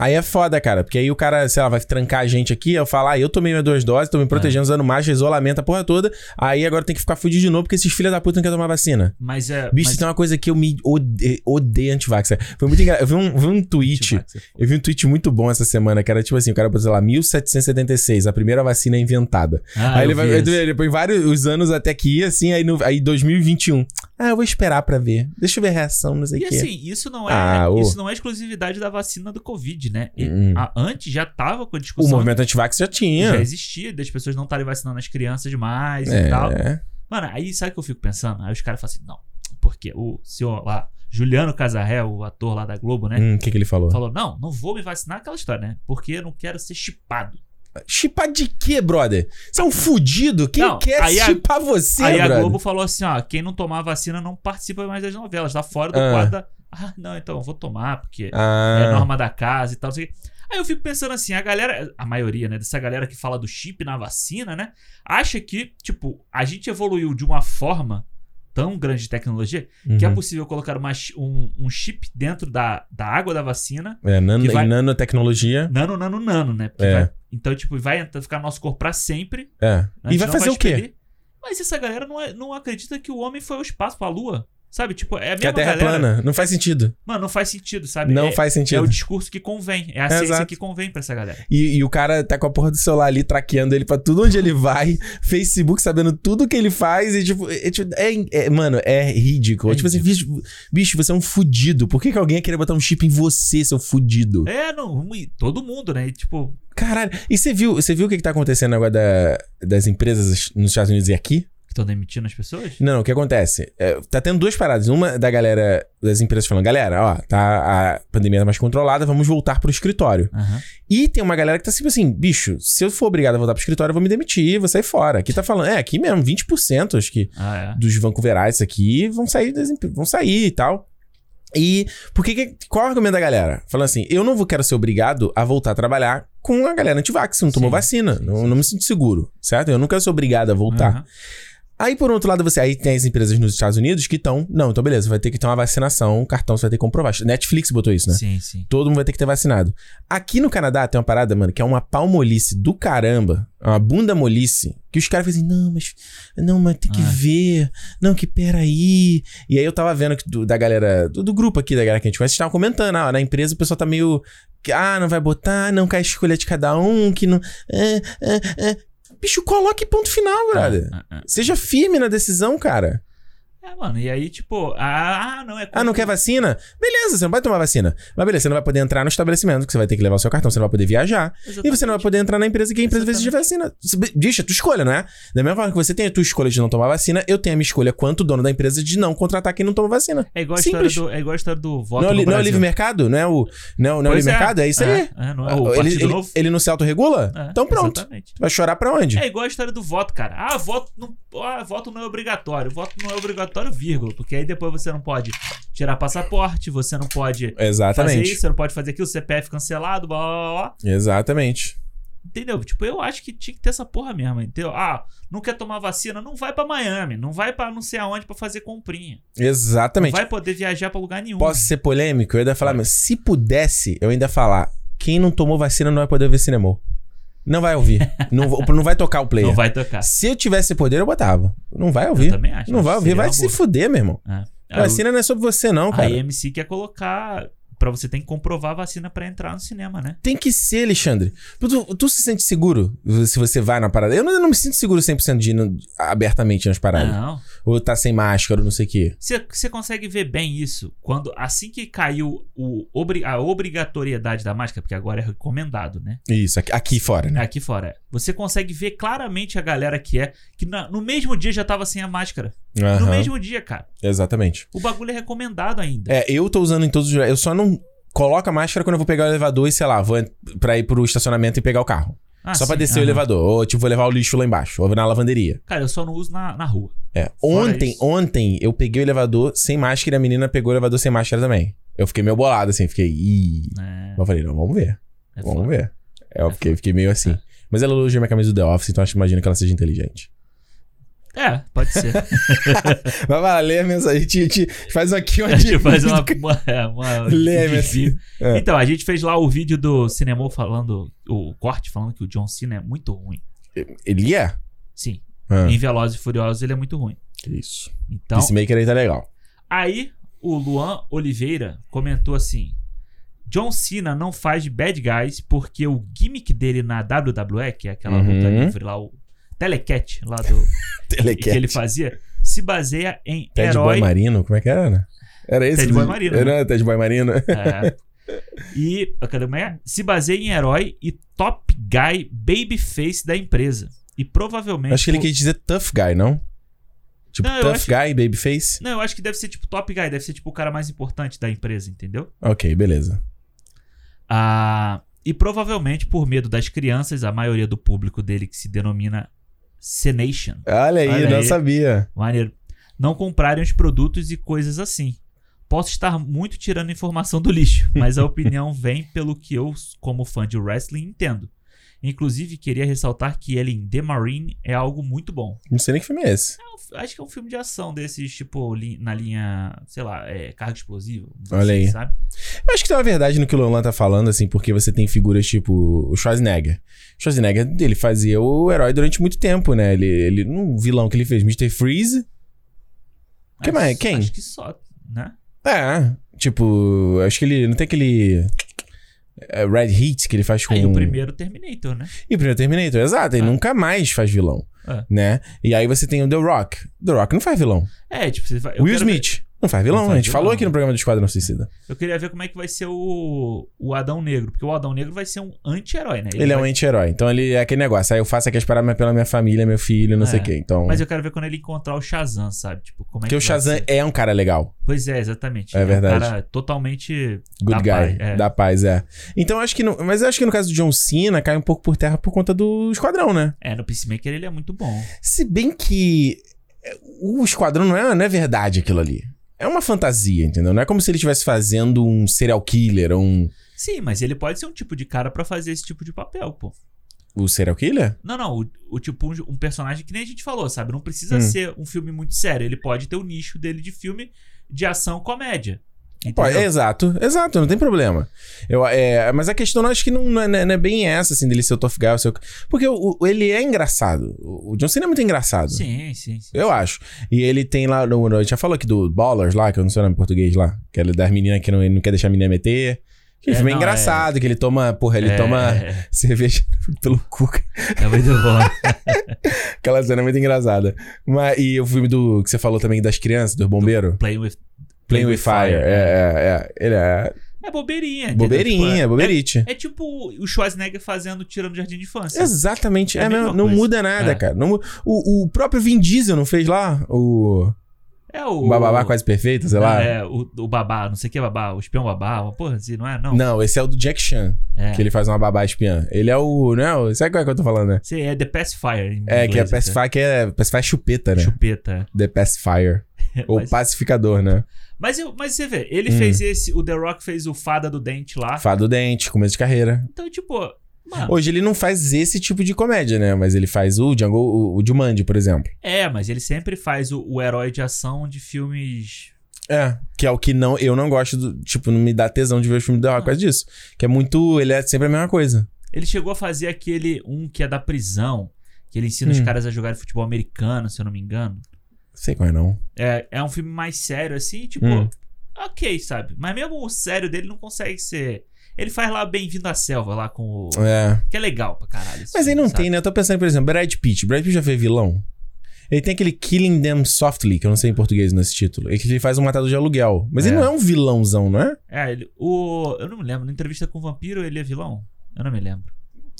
Speaker 1: Aí é foda, cara, porque aí o cara, sei lá, vai trancar a gente aqui, eu falar, ah, eu tomei minhas duas doses,
Speaker 2: É.
Speaker 1: tô me protegendo, usando máscara, isolamento, a porra toda, aí agora tem que ficar fudido de novo porque esses filhos da puta não querem tomar vacina.
Speaker 2: Mas é.
Speaker 1: Bicho,
Speaker 2: mas,
Speaker 1: tem uma coisa que eu me odeio, odeio antivax. cara. Foi muito engraçado. Eu vi um, vi um tweet. Eu vi um tweet muito bom essa semana, que era tipo assim, o cara botou, sei lá, 1776, a primeira vacina é inventada.
Speaker 2: Ah,
Speaker 1: aí ele
Speaker 2: eu
Speaker 1: vai,
Speaker 2: vi esse.
Speaker 1: ele, ele põe vários os anos até que ia, assim, aí, no, aí 2021. Ah, eu vou esperar pra ver. Deixa eu ver a reação, não sei
Speaker 2: E
Speaker 1: o quê.
Speaker 2: assim, isso não é,
Speaker 1: Ah, ô.
Speaker 2: isso não é exclusividade da vacina do Covid, né? E
Speaker 1: Hum.
Speaker 2: a- antes já tava com a discussão.
Speaker 1: o movimento antivax já tinha.
Speaker 2: já existia, das pessoas não estarem vacinando as crianças demais e tal. né?
Speaker 1: É.
Speaker 2: Mano, aí sabe o que eu fico pensando? Aí os caras falam assim, não, porque o senhor lá, Juliano Casarré, o ator lá da Globo, né?
Speaker 1: Hum, O que, que ele falou?
Speaker 2: Falou, não, não vou me vacinar aquela história, né? Porque eu não quero ser chipado.
Speaker 1: Chipar de quê, brother? Você é um fudido? Quem
Speaker 2: Não,
Speaker 1: quer
Speaker 2: aí a-
Speaker 1: chipar você,
Speaker 2: aí
Speaker 1: brother?
Speaker 2: a Globo falou assim, ó, quem não tomar a vacina não participa mais das novelas, tá fora do
Speaker 1: Ah.
Speaker 2: quadro da... Ah, não, então eu vou tomar, porque é
Speaker 1: Ah,
Speaker 2: norma da casa e tal, não sei o quê. Aí eu fico pensando assim, a galera, a maioria, né, dessa galera que fala do chip na vacina, né, acha que, tipo, a gente evoluiu de uma forma tão grande de tecnologia que é
Speaker 1: uhum.
Speaker 2: possível colocar uma chi- um, um chip dentro da, da água da vacina,
Speaker 1: é, nano,
Speaker 2: que vai-
Speaker 1: em nanotecnologia.
Speaker 2: nano, nano, nano, né? Porque
Speaker 1: É.
Speaker 2: vai- então, tipo, vai entrar- ficar no nosso corpo pra sempre.
Speaker 1: É.
Speaker 2: a
Speaker 1: E
Speaker 2: gente
Speaker 1: vai
Speaker 2: não
Speaker 1: fazer o quê?
Speaker 2: expelir. Mas essa galera não, é- não acredita que o homem foi ao espaço, pra lua. Sabe, tipo, é a
Speaker 1: Que
Speaker 2: mesma
Speaker 1: a Terra é
Speaker 2: galera.
Speaker 1: plana. Não faz sentido.
Speaker 2: Mano, não faz sentido, sabe?
Speaker 1: Não
Speaker 2: é,
Speaker 1: faz
Speaker 2: é
Speaker 1: sentido.
Speaker 2: o discurso que convém, é a ciência
Speaker 1: exato.
Speaker 2: que convém pra essa galera.
Speaker 1: E, e o cara tá com a porra do celular ali, traqueando ele pra tudo onde ele vai. Facebook sabendo tudo que ele faz. E tipo, é, tipo, é- é- mano, é ridículo.
Speaker 2: É
Speaker 1: tipo assim, bicho, bicho, você é um fudido. Por que, que alguém ia querer botar um chip em você, seu fudido?
Speaker 2: É, não, e todo mundo, né? E, tipo,
Speaker 1: Caralho. E você viu, você viu o que, que tá acontecendo agora da- das empresas nos Estados Unidos e aqui?
Speaker 2: que estão demitindo as pessoas?
Speaker 1: Não, o que acontece? É, tá tendo duas paradas. Uma da galera das empresas falando, galera, ó, tá, a pandemia tá mais controlada, vamos voltar pro escritório.
Speaker 2: Aham.
Speaker 1: E tem uma galera que tá sempre assim, bicho, se eu for obrigado a voltar pro escritório, eu vou me demitir, vou sair fora. Aqui tá falando, é, aqui mesmo, 20% acho que
Speaker 2: Ah, é.
Speaker 1: dos Vancouverites aqui vão sair, das empre- vão sair e tal. E por que que- qual é o argumento da galera? Falando assim, eu não vou quero ser obrigado a voltar a trabalhar com a galera antivax, que não tomou
Speaker 2: Sim,
Speaker 1: vacina,
Speaker 2: sim,
Speaker 1: não,
Speaker 2: sim.
Speaker 1: não me sinto seguro, certo? Eu não quero ser obrigado a voltar.
Speaker 2: Aham.
Speaker 1: Aí, por outro lado, você aí tem as empresas nos Estados Unidos que estão. Não, então beleza, vai ter que ter uma vacinação, o cartão você vai ter que comprovar. Netflix botou isso, né?
Speaker 2: Sim, sim.
Speaker 1: Todo mundo vai ter que ter vacinado. Aqui no Canadá tem uma parada, mano, que é uma palmolice do caramba, É uma bunda molice, que os caras ficam assim, não, mas. Não, mas tem que
Speaker 2: Ah.
Speaker 1: ver. Não, que peraí. E aí eu tava vendo que do- da galera. Do, do grupo aqui, da galera que a gente conhece, estavam comentando, ah, na empresa o pessoal tá meio. que, Ah, não vai botar, não cai a escolha de cada um, que não. É, é, é. Bicho, coloque ponto final, brother.
Speaker 2: Ah, ah,
Speaker 1: Seja firme na decisão, cara.
Speaker 2: ah. É, mano, e aí, tipo, ah, ah, não, é
Speaker 1: Ah, não quer vacina? Beleza, você não vai tomar vacina. Mas beleza, você não vai poder entrar no estabelecimento, que você vai ter que levar o seu cartão, você não vai poder viajar. E você não vai poder entrar na empresa que a empresa precisa de vacina. Bicho, é tua escolha, não é? Da mesma forma que você tem a tua escolha de não tomar vacina, eu tenho a minha escolha quanto dono da empresa de não contratar quem não toma vacina.
Speaker 2: É igual a história
Speaker 1: Simples.
Speaker 2: do, é igual a história do voto
Speaker 1: Não é,
Speaker 2: no
Speaker 1: li- não é o
Speaker 2: Brasil.
Speaker 1: livre mercado? Não é o, não é o, não é o
Speaker 2: Pois
Speaker 1: livre
Speaker 2: é.
Speaker 1: mercado? É isso aí.
Speaker 2: É, é, não é o
Speaker 1: ele,
Speaker 2: Partido
Speaker 1: ele-
Speaker 2: Novo?
Speaker 1: ele não se autorregula?
Speaker 2: É,
Speaker 1: então pronto.
Speaker 2: exatamente.
Speaker 1: Vai chorar pra onde?
Speaker 2: É igual a história do voto, cara. Ah, voto não, ah, voto não é obrigatório. Voto não é obrigatório, vírgula. Porque aí depois você não pode tirar passaporte, você não pode É. fazer
Speaker 1: Exatamente.
Speaker 2: isso, você não pode fazer aquilo, CPF cancelado, blá blá blá. blá.
Speaker 1: Exatamente.
Speaker 2: Entendeu? Tipo, eu acho que tinha que ter essa porra mesmo, entendeu? Ah, não quer tomar vacina? Não vai pra Miami, não vai pra não sei aonde pra fazer comprinha. Não
Speaker 1: Exatamente.
Speaker 2: vai poder viajar pra lugar nenhum.
Speaker 1: Posso ser polêmico? Eu ainda ia falar, mas se pudesse, eu ainda ia falar: quem não tomou vacina não vai poder ver cinema. Não vai ouvir. não, vou- não vai tocar o player.
Speaker 2: Não vai tocar.
Speaker 1: Se eu tivesse poder, eu botava. Não vai
Speaker 2: Eu
Speaker 1: ouvir.
Speaker 2: também acho.
Speaker 1: Não vai
Speaker 2: Acho
Speaker 1: ouvir.
Speaker 2: que seria
Speaker 1: Vai
Speaker 2: uma
Speaker 1: se
Speaker 2: boa.
Speaker 1: fuder, meu irmão.
Speaker 2: Ah, o-
Speaker 1: vacina não é sobre você, não,
Speaker 2: A
Speaker 1: cara.
Speaker 2: IMC quer colocar. Pra você tem que comprovar a vacina pra entrar no cinema, né?
Speaker 1: Tem que ser, Alexandre. Tu, tu se sente seguro se você vai na parada? Eu não, eu não me sinto seguro 100% de ir no- abertamente nas paradas.
Speaker 2: Não.
Speaker 1: Ou tá sem máscara, ou não sei o quê.
Speaker 2: Você você consegue ver bem isso quando assim que caiu o, obri- a obrigatoriedade da máscara, porque agora é recomendado, né?
Speaker 1: Isso, aqui, aqui fora, né?
Speaker 2: Aqui fora. é. Você consegue ver claramente a galera que é, que na- no mesmo dia já tava sem a máscara. No
Speaker 1: Aham,
Speaker 2: mesmo dia, cara.
Speaker 1: Exatamente.
Speaker 2: O bagulho é recomendado ainda.
Speaker 1: É, eu tô usando em todos os lugares. Eu só não coloco a máscara quando eu vou pegar o elevador e, sei lá, vou en- pra ir pro estacionamento e pegar o carro.
Speaker 2: Ah,
Speaker 1: só pra
Speaker 2: sim,
Speaker 1: descer o
Speaker 2: aham.
Speaker 1: elevador. Ou, tipo, vou levar o lixo lá embaixo. Ou na lavanderia.
Speaker 2: Cara, eu só não uso na, na rua.
Speaker 1: É.
Speaker 2: Fora
Speaker 1: Ontem,
Speaker 2: isso.
Speaker 1: ontem, eu peguei o elevador sem máscara e a menina pegou o elevador sem máscara também. Eu fiquei meio bolado, assim. Fiquei... Ih...
Speaker 2: É,
Speaker 1: Eu falei, não, vamos ver.
Speaker 2: é
Speaker 1: vamos
Speaker 2: foda.
Speaker 1: ver. É, eu fiquei, fiquei meio assim. Mas ela elogiou minha camisa do The Office, então acho que imagino que ela seja inteligente.
Speaker 2: É, pode ser.
Speaker 1: Mas vai lá, lê a mensagem. A gente, a gente faz aqui uma
Speaker 2: A gente faz
Speaker 1: dívida.
Speaker 2: uma. uma, é, uma-
Speaker 1: Leme,
Speaker 2: um
Speaker 1: assim.
Speaker 2: desvio.
Speaker 1: É.
Speaker 2: Então, a gente fez lá o vídeo do Cinemol falando. O corte falando que o John Cena é muito ruim.
Speaker 1: Ele é?
Speaker 2: Sim.
Speaker 1: Ah,
Speaker 2: Em Velozes e Furiosos ele é muito ruim.
Speaker 1: que isso.
Speaker 2: Então.
Speaker 1: Peacemaker aí tá legal.
Speaker 2: Aí, o Luan Oliveira comentou assim: John Cena não faz de bad guys porque o gimmick dele na WWE, que é aquela luta
Speaker 1: Uhum.
Speaker 2: livre lá, o telecat lá do que
Speaker 1: Telecat.
Speaker 2: ele fazia, se baseia em
Speaker 1: Ted Boy
Speaker 2: herói.
Speaker 1: Marino? Como é que era? Era esse?
Speaker 2: Ted Boy Marino, né?
Speaker 1: Era Ted Boy Marino.
Speaker 2: É. E cadê como é? se baseia em herói e top guy babyface da empresa. E provavelmente.
Speaker 1: Acho que ele
Speaker 2: o-
Speaker 1: quis dizer Tough Guy, não? Tipo,
Speaker 2: Não, eu
Speaker 1: Tough
Speaker 2: acho-
Speaker 1: Guy, Babyface?
Speaker 2: Não, eu acho que deve ser tipo top guy, deve ser tipo o cara mais importante da empresa, entendeu?
Speaker 1: Ok, beleza.
Speaker 2: Ah, e provavelmente, por medo das crianças, a maioria do público dele que se denomina Cenation,
Speaker 1: Olha aí,
Speaker 2: Olha
Speaker 1: não
Speaker 2: aí.
Speaker 1: sabia.
Speaker 2: maneiro, não comprarem os produtos e coisas assim. Posso estar muito tirando informação do lixo, mas a opinião vem pelo que eu, como fã de wrestling, entendo. Inclusive, queria ressaltar que ele em The Marine é algo muito bom.
Speaker 1: Não sei nem que filme é esse.
Speaker 2: É um- acho que é um filme de ação desses, tipo, li- na linha, sei lá, é, carga explosiva. assim,
Speaker 1: Olha aí.
Speaker 2: Sabe?
Speaker 1: Eu acho que tem uma verdade no que o Lolan tá falando, assim, porque você tem figuras tipo o Schwarzenegger. O Schwarzenegger, ele fazia o herói durante muito tempo, né? Ele, ele um vilão que ele fez, Mr. Freeze. Que
Speaker 2: Mas
Speaker 1: mais? Quem?
Speaker 2: Acho que só, né?
Speaker 1: É, tipo, acho que ele não tem aquele é, Red Heat que ele faz com
Speaker 2: Aí o primeiro Terminator, né?
Speaker 1: E o primeiro Terminator, exato, ele
Speaker 2: É.
Speaker 1: nunca mais faz vilão,
Speaker 2: É.
Speaker 1: né? E aí você tem o The Rock. The Rock não faz vilão.
Speaker 2: É, tipo, você vai. eu
Speaker 1: Will
Speaker 2: quero ver-
Speaker 1: Smith não faz vilão,
Speaker 2: Não faz
Speaker 1: a gente falou
Speaker 2: vilão.
Speaker 1: aqui no programa do Esquadrão Suicida.
Speaker 2: eu queria ver como é que vai ser o, o Adão Negro. Porque o Adão Negro vai ser um anti-herói, né?
Speaker 1: Ele, é um
Speaker 2: vai-
Speaker 1: anti-herói, então ele é aquele negócio, aí eu faço aqui as paradas pela minha família, meu filho, não
Speaker 2: É.
Speaker 1: sei o quê. Então,
Speaker 2: Mas eu quero ver quando ele encontrar o Shazam, sabe? Tipo, como é
Speaker 1: porque
Speaker 2: que
Speaker 1: o
Speaker 2: vai
Speaker 1: Shazam
Speaker 2: ser.
Speaker 1: é um cara legal.
Speaker 2: Pois é, exatamente.
Speaker 1: É
Speaker 2: um
Speaker 1: verdade.
Speaker 2: cara totalmente.
Speaker 1: Good
Speaker 2: Da
Speaker 1: guy,
Speaker 2: paz, é.
Speaker 1: da paz, é. Então acho que não, mas eu acho que no caso do John Cena cai um pouco por terra por conta do Esquadrão, né?
Speaker 2: É, no Peacemaker ele é muito bom.
Speaker 1: Se bem que é, o esquadrão não é, não é verdade aquilo ali. É uma fantasia, entendeu? Não é como se ele estivesse fazendo um serial killer, um.
Speaker 2: Sim, mas ele pode ser um tipo de cara pra fazer esse tipo de papel, pô.
Speaker 1: O serial killer?
Speaker 2: Não, não. O, o tipo, um, um personagem que nem a gente falou, sabe? Não precisa
Speaker 1: Hum.
Speaker 2: ser um filme muito sério. Ele pode ter o nicho dele de filme de ação comédia.
Speaker 1: Pô, é,
Speaker 2: entendeu?
Speaker 1: exato, exato, não tem problema. Eu, é, mas a questão eu acho que não, não é, não é bem essa, assim, dele ser o Tough Guy, o seu. Porque o- o- ele é engraçado. O o John Cena é muito engraçado.
Speaker 2: Sim, sim, sim.
Speaker 1: Eu acho. E ele tem lá. No, no- a gente já falou aqui do Ballers lá, que eu não sei o nome em português lá. Que é das meninas que não, ele não quer deixar a menina meter. Que
Speaker 2: É,
Speaker 1: ele é, bem
Speaker 2: não, é-
Speaker 1: engraçado, que ele toma. Porra, ele
Speaker 2: É,
Speaker 1: toma.
Speaker 2: É,
Speaker 1: cerveja pelo cu. cara.
Speaker 2: é muito bom.
Speaker 1: Aquela cena é muito engraçada. Mas, e o filme do que você falou também das crianças, dos bombeiros.
Speaker 2: Playing with,
Speaker 1: Playing with Fire. É, é, é. Ele é
Speaker 2: É bobeirinha. entendeu?
Speaker 1: bobeirinha,
Speaker 2: Tipo,
Speaker 1: bobeirite.
Speaker 2: É, é tipo o Schwarzenegger fazendo Tirando Jardim de Infância.
Speaker 1: Exatamente.
Speaker 2: É
Speaker 1: É,
Speaker 2: a
Speaker 1: mesmo,
Speaker 2: mesma
Speaker 1: não
Speaker 2: coisa.
Speaker 1: muda nada,
Speaker 2: É.
Speaker 1: cara. Não mu- o, o próprio Vin Diesel não fez lá o,
Speaker 2: É o...
Speaker 1: o Bababá Quase Perfeito, sei lá.
Speaker 2: Não, é, o, o babá, não sei o que é babá, o espião babá, uma porra assim, não é? Não.
Speaker 1: Não, esse é o do Jack Chan,
Speaker 2: é.
Speaker 1: que ele faz uma babá espiã. Ele é o. Não é o- sabe qual é que eu tô falando, né?
Speaker 2: Sim, é The Pacifier em
Speaker 1: É,
Speaker 2: inglês,
Speaker 1: que é
Speaker 2: até.
Speaker 1: Pacifier, que é Pacifier é chupeta, né?
Speaker 2: Chupeta.
Speaker 1: The Pacifier. Ou
Speaker 2: É, mas,
Speaker 1: pacificador, né?
Speaker 2: mas, eu- mas você vê, ele
Speaker 1: Hum.
Speaker 2: fez esse, o The Rock fez o Fada do Dente lá.
Speaker 1: Fado dente, começo de carreira.
Speaker 2: Então, tipo, mano,
Speaker 1: Hoje ele não faz esse tipo de comédia, né? Mas ele faz o Django, o, o Jumanji, por exemplo.
Speaker 2: é, mas ele sempre faz o, o herói de ação de filmes...
Speaker 1: É. Que é o que não, eu não gosto do. Tipo, não me dá tesão de ver o filme do Rock por causa disso. Que é muito. Ele é sempre a mesma coisa.
Speaker 2: Ele chegou a fazer aquele um que é da prisão, que ele ensina os
Speaker 1: Hum.
Speaker 2: caras a jogarem futebol americano, se eu não me engano.
Speaker 1: Sei qual é, não.
Speaker 2: É, é um filme mais sério, assim, tipo,
Speaker 1: Hum.
Speaker 2: ok, sabe? Mas mesmo o sério dele não consegue ser. Ele faz lá Bem-vindo à Selva, lá com o.
Speaker 1: É.
Speaker 2: Que é legal pra caralho. esse
Speaker 1: Mas aí
Speaker 2: filme,
Speaker 1: não
Speaker 2: sabe?
Speaker 1: tem, né? Eu tô pensando, por exemplo, Brad Pitt. Brad Pitt já fez vilão. Ele tem aquele Killing Them Softly, que eu não sei em português nesse título. E que ele faz um matador de aluguel. Mas ele
Speaker 2: É.
Speaker 1: não é um vilãozão, não é?
Speaker 2: É, ele, o. Eu não me lembro, na entrevista com o vampiro ele é vilão? Eu não me lembro.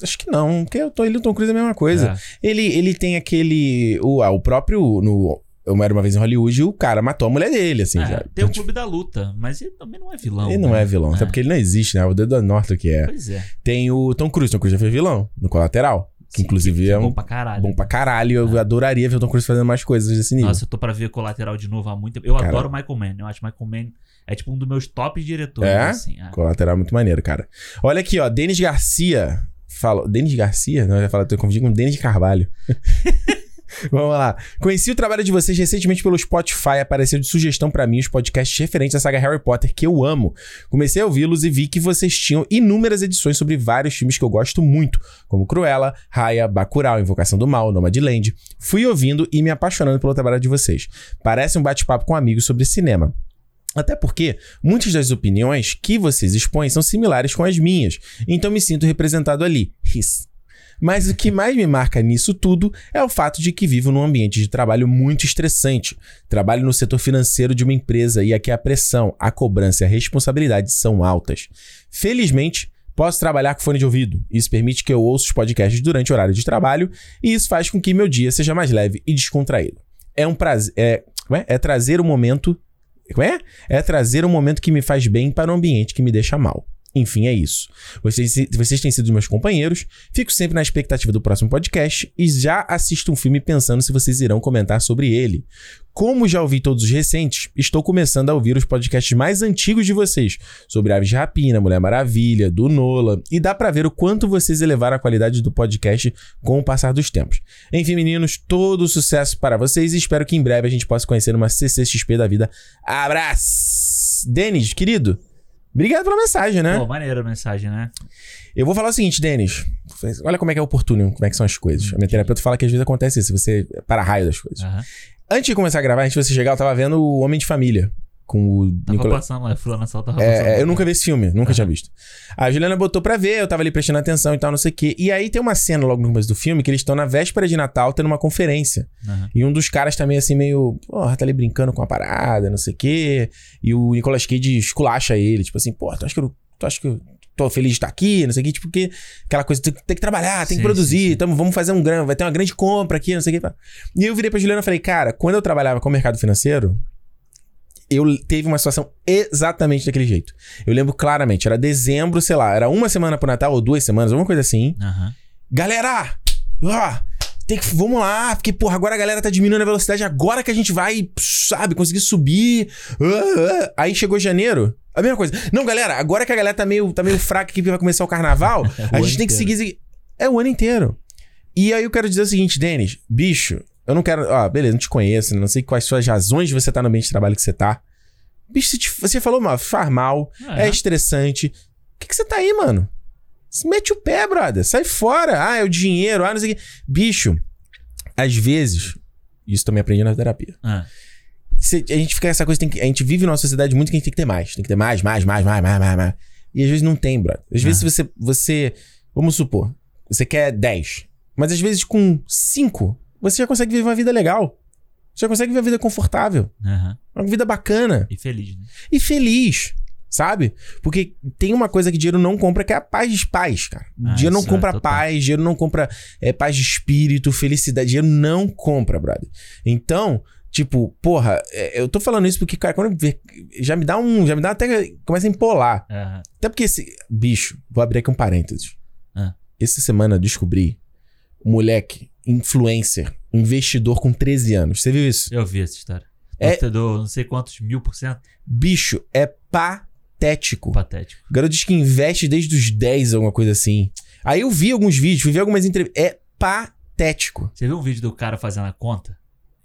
Speaker 1: Acho que não. Porque eu tô, ele e o Tom Cruise é a mesma coisa.
Speaker 2: É.
Speaker 1: Ele, ele tem aquele. O, ah, o próprio. No, eu era uma vez em Hollywood e o cara matou a mulher dele, assim.
Speaker 2: É,
Speaker 1: já.
Speaker 2: tem o
Speaker 1: Tipo,
Speaker 2: Clube da Luta, mas ele também não é vilão.
Speaker 1: ele não é vilão, até porque ele não existe, né? O dedo da Norte que é.
Speaker 2: Pois é.
Speaker 1: Tem o Tom Cruise, Tom Cruise já fez vilão, no colateral. Que
Speaker 2: Sim,
Speaker 1: inclusive
Speaker 2: que
Speaker 1: é
Speaker 2: bom
Speaker 1: um.
Speaker 2: pra caralho.
Speaker 1: Bom pra caralho, eu adoraria ver o Tom Cruise fazendo mais coisas desse nível.
Speaker 2: Nossa, eu tô pra ver Colateral de novo há muito tempo. Eu
Speaker 1: Cara.
Speaker 2: adoro o Michael Mann. Eu acho que Michael Mann é tipo um dos meus top diretores.
Speaker 1: É?
Speaker 2: Assim, é.
Speaker 1: Colateral é muito maneiro, cara. Olha aqui, ó. Denis Garcia falou. Denis Garcia? Não, eu ia falar, tô confundindo com Denis Carvalho. Vamos lá. Conheci o trabalho de vocês recentemente pelo Spotify. Apareceu de sugestão pra mim os podcasts referentes à saga Harry Potter, que eu amo. Comecei a ouvi-los e vi que vocês tinham inúmeras edições sobre vários filmes que eu gosto muito, como Cruella, Raya, Bacurau, Invocação do Mal, Nomadland. Fui ouvindo e me apaixonando pelo trabalho de vocês. Parece um bate-papo com amigos sobre cinema. Até porque muitas das opiniões que vocês expõem são similares com as minhas, então me sinto representado ali. His. Mas o que mais me marca nisso tudo é o fato de que vivo num ambiente de trabalho muito estressante. Trabalho no setor financeiro de uma empresa e aqui a pressão, a cobrança e a responsabilidade são altas. Felizmente, posso trabalhar com fone de ouvido. Isso permite que eu ouça os podcasts durante o horário de trabalho e isso faz com que meu dia seja mais leve e descontraído. É um prazer. É, como é? é trazer um momento. Como é? É trazer um momento que me faz bem para um ambiente que me deixa mal. Enfim, é isso. Vocês, vocês têm sido meus companheiros. Fico sempre na expectativa do próximo podcast e já assisto um filme pensando se vocês irão comentar sobre ele. Como já ouvi todos os recentes, estou começando a ouvir os podcasts mais antigos de vocês, sobre Aves de Rapina, Mulher Maravilha, do Nola, e dá pra ver o quanto vocês elevaram a qualidade do podcast com o passar dos tempos. Enfim, meninos, todo sucesso para vocês e espero que em breve a gente possa conhecer uma CCXP da vida. Abraço! Denis, querido, obrigado pela mensagem, né?
Speaker 2: Pô, maneira a mensagem, né?
Speaker 1: Eu vou falar o seguinte, Denis. Olha como é que é oportuno, como é que são as coisas. A minha terapeuta fala que às vezes acontece isso, você é para raio das coisas.
Speaker 2: Aham.
Speaker 1: Antes de começar a gravar, antes de você chegar, eu tava vendo o Homem de Família. Com o
Speaker 2: Tava
Speaker 1: Nicolas.
Speaker 2: passando lá, fulano só tava passando.
Speaker 1: É, eu nunca vi esse filme, nunca tinha visto. A Juliana botou pra ver, eu tava ali prestando atenção e tal, não sei o quê. E aí tem uma cena logo no começo do filme que eles estão na véspera de Natal tendo uma conferência.
Speaker 2: Aham.
Speaker 1: E um dos caras tá meio assim, meio, porra, tá ali brincando com a parada, não sei o quê. E o Nicolas Cage esculacha ele, tipo assim, porra, tu acha que eu, tu acha que eu tô feliz de estar aqui, não sei o quê, tipo, porque aquela coisa, tem, tem que trabalhar, tem
Speaker 2: Sim,
Speaker 1: que produzir,
Speaker 2: sim, sim.
Speaker 1: Tamo, vamos fazer um grande, vai ter uma grande compra aqui, não sei o quê. E eu virei pra Juliana e falei, cara, quando eu trabalhava com o mercado financeiro, eu teve uma situação exatamente daquele jeito. Eu lembro claramente, era dezembro, sei lá, era uma semana pro Natal ou duas semanas, alguma coisa assim.
Speaker 2: Aham.
Speaker 1: Galera! Ó! Tem que, vamos lá, porque, porra, agora a galera tá diminuindo a velocidade, agora que a gente vai, sabe, conseguir subir. Ah, ah. Aí chegou janeiro, a mesma coisa. Não, galera, agora que a galera tá meio, tá meio fraca aqui, porque vai começar o carnaval,
Speaker 2: O
Speaker 1: a
Speaker 2: ano
Speaker 1: gente tem que
Speaker 2: inteiro.
Speaker 1: seguir, seguir- É o ano inteiro. E aí eu quero dizer o seguinte, Denis, bicho, eu não quero. Ó, beleza, não te conheço, não sei quais suas razões de você tá no ambiente de trabalho que você tá. Bicho, você, te- você falou mal, faz mal, é,
Speaker 2: É.
Speaker 1: estressante. O que, que você tá aí, mano? Se Mete o pé, brother. Sai fora. Ah, é o dinheiro. Ah, não sei o quê. Bicho, às vezes, isso também aprendi na terapia.
Speaker 2: Ah.
Speaker 1: Cê- a gente fica essa coisa, tem que, a gente vive numa sociedade muito que a gente tem que ter mais. Tem que ter mais, mais, mais, mais, mais, mais, mais. E às vezes não tem, brother. Às vezes você, você. Vamos supor, você quer 10. Mas às vezes com 5, você já consegue viver uma vida legal. Você já consegue viver uma vida confortável.
Speaker 2: Aham.
Speaker 1: Uma vida bacana
Speaker 2: E feliz, né?
Speaker 1: e feliz. Sabe? Porque tem uma coisa que dinheiro não compra, que é a paz de paz, cara.
Speaker 2: Ah,
Speaker 1: dinheiro não
Speaker 2: isso é
Speaker 1: compra
Speaker 2: total.
Speaker 1: paz, dinheiro não compra é, paz de espírito, felicidade. Dinheiro não compra, brother. Então, tipo, porra, é, eu tô falando isso porque, cara, quando eu ver, já me dá um. Já me dá até. Começa a empolar.
Speaker 2: Aham.
Speaker 1: Até porque esse. Bicho, vou abrir aqui um parênteses.
Speaker 2: Ah.
Speaker 1: Essa semana eu descobri um moleque, influencer, investidor com 13 anos. Você viu isso?
Speaker 2: Eu vi essa história.
Speaker 1: É-
Speaker 2: Você deu não sei quantos mil por cento.
Speaker 1: Bicho, é patético.
Speaker 2: Patético.
Speaker 1: O garoto diz que investe desde os 10, alguma coisa assim. Aí eu vi alguns vídeos, fui ver algumas entrevistas. É patético.
Speaker 2: Você viu um vídeo do cara fazendo a conta?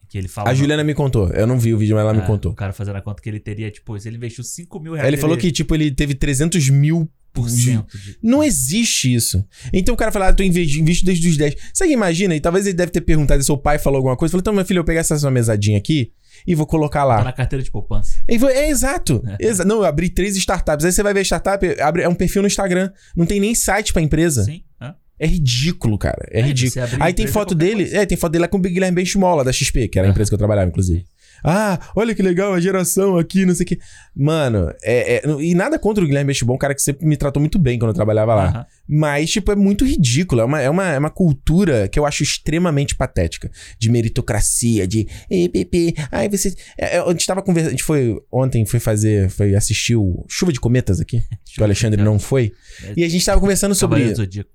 Speaker 2: Que ele fala.
Speaker 1: A Juliana me contou. Eu não vi o vídeo, mas ela me
Speaker 2: É, O
Speaker 1: contou.
Speaker 2: cara fazendo a conta que ele teria, tipo, se ele investiu 5 mil reais.
Speaker 1: Ele falou que, tipo, ele teve 300 mil
Speaker 2: Por cento de...
Speaker 1: Não é existe isso. Então o cara fala, ah, tu investi- invisto desde os 10. Você que imagina? E talvez ele deve ter perguntado, e seu pai falou alguma coisa. Falou, então, meu filho, eu vou pegar essa sua mesadinha aqui e vou colocar lá.
Speaker 2: Tá na carteira de poupança.
Speaker 1: Ele falou, é exato. Exa- não, eu abri três startups. Aí você vai ver startup, abre, é um perfil no Instagram. Não tem nem site pra empresa.
Speaker 2: Sim. hã?
Speaker 1: É ridículo, cara. É,
Speaker 2: É, você
Speaker 1: ridículo. Aí
Speaker 2: abrir
Speaker 1: tem
Speaker 2: empresa é
Speaker 1: foto
Speaker 2: qualquer
Speaker 1: dele.
Speaker 2: coisa.
Speaker 1: É, tem foto dele lá com o Guilherme Benchimola, da XP, que era a
Speaker 2: Ah.
Speaker 1: empresa que eu trabalhava, inclusive. Ah, olha que legal a geração aqui, não sei o quê. Mano, é, é- não- e nada contra o Guilherme Benchimola, um cara que sempre me tratou muito bem quando eu trabalhava lá.
Speaker 2: Aham.
Speaker 1: Mas, tipo, é muito ridículo. É uma, é, uma, é uma cultura que eu acho extremamente patética. De meritocracia, de. "Ei, bebê, Ai, você. É, é, a gente tava conversando. A gente foi. Ontem foi fazer. Foi assistir o Chuva de Cometas aqui. Que o
Speaker 2: Tá.
Speaker 1: Alexandre não foi. E a gente tava conversando
Speaker 2: Cavaleiro
Speaker 1: sobre.
Speaker 2: do Zodíaco.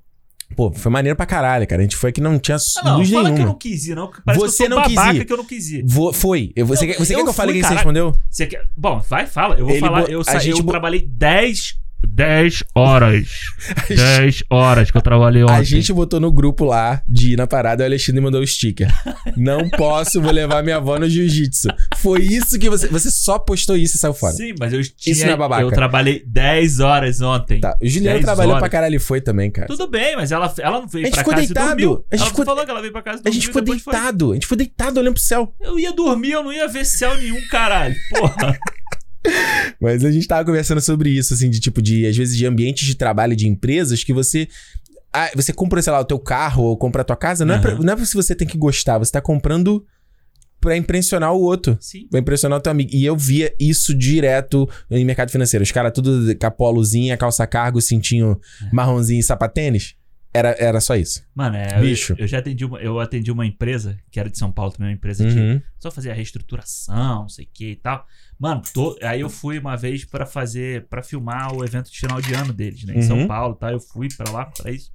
Speaker 1: Pô, foi maneiro pra caralho, cara. A gente foi que não tinha
Speaker 2: Ah, não,
Speaker 1: luz
Speaker 2: fala que eu
Speaker 1: nenhuma.
Speaker 2: não quis ir, não. que Parece
Speaker 1: Você
Speaker 2: que eu
Speaker 1: não
Speaker 2: sou
Speaker 1: quis
Speaker 2: babaca
Speaker 1: ir.
Speaker 2: que eu não quis ir.
Speaker 1: Vo- foi. Eu- você
Speaker 2: Não,
Speaker 1: quer, você quer
Speaker 2: eu
Speaker 1: que eu fale quem
Speaker 2: fui,
Speaker 1: você
Speaker 2: caralho.
Speaker 1: respondeu?
Speaker 2: Você quer... Bom, vai, fala. Eu vou
Speaker 1: Ele
Speaker 2: falar.
Speaker 1: bo-
Speaker 2: Eu,
Speaker 1: a
Speaker 2: sa...
Speaker 1: gente
Speaker 2: eu
Speaker 1: bo-
Speaker 2: trabalhei 10 10 horas. 10 horas que eu trabalhei ontem.
Speaker 1: A gente é botou no grupo lá de ir na parada e o Alexandre mandou o sticker. Não posso, vou levar minha avó no jiu-jitsu. Foi isso que você. Você só postou isso e saiu fora.
Speaker 2: Sim, mas eu tinha,
Speaker 1: Isso não é babaca.
Speaker 2: Eu trabalhei 10 horas ontem.
Speaker 1: Tá, o Juliano
Speaker 2: Dez
Speaker 1: trabalhou
Speaker 2: horas.
Speaker 1: pra caralho e foi também, cara.
Speaker 2: Tudo bem, mas ela, ela não
Speaker 1: A
Speaker 2: veio
Speaker 1: gente
Speaker 2: pra
Speaker 1: ficou
Speaker 2: casa
Speaker 1: deitado.
Speaker 2: e dormiu.
Speaker 1: A gente
Speaker 2: ela
Speaker 1: ficou-
Speaker 2: falou que ela veio pra casa e
Speaker 1: A
Speaker 2: dormiu.
Speaker 1: gente ficou
Speaker 2: depois foi.
Speaker 1: deitado, a gente ficou deitado olhando pro céu.
Speaker 2: Eu ia dormir, eu não ia ver céu nenhum, caralho. Porra.
Speaker 1: Mas a gente tava conversando sobre isso, assim, de tipo, de, às vezes, de ambientes de trabalho de empresas que você. Ah, você compra, sei lá, o teu carro ou compra a tua casa, não, é pra,
Speaker 2: Aham.
Speaker 1: não é se você tem que gostar, você tá comprando pra impressionar o outro.
Speaker 2: Sim.
Speaker 1: Vai impressionar o teu amigo. E eu via isso direto em mercado financeiro. Os caras tudo de- com a polozinha, calça cargo, cintinho
Speaker 2: É.
Speaker 1: marronzinho e sapatênis. Era, era só isso.
Speaker 2: Mano, é,
Speaker 1: Bicho.
Speaker 2: Eu, eu já atendi uma, eu atendi uma empresa, que era de São Paulo também, uma empresa de
Speaker 1: Uhum.
Speaker 2: só fazer a reestruturação, não sei o que e tal. Mano, tô- aí eu fui uma vez pra fazer, Pra filmar o evento de final de ano deles, né, em
Speaker 1: Uhum.
Speaker 2: São Paulo, tá? Eu fui pra lá pra isso.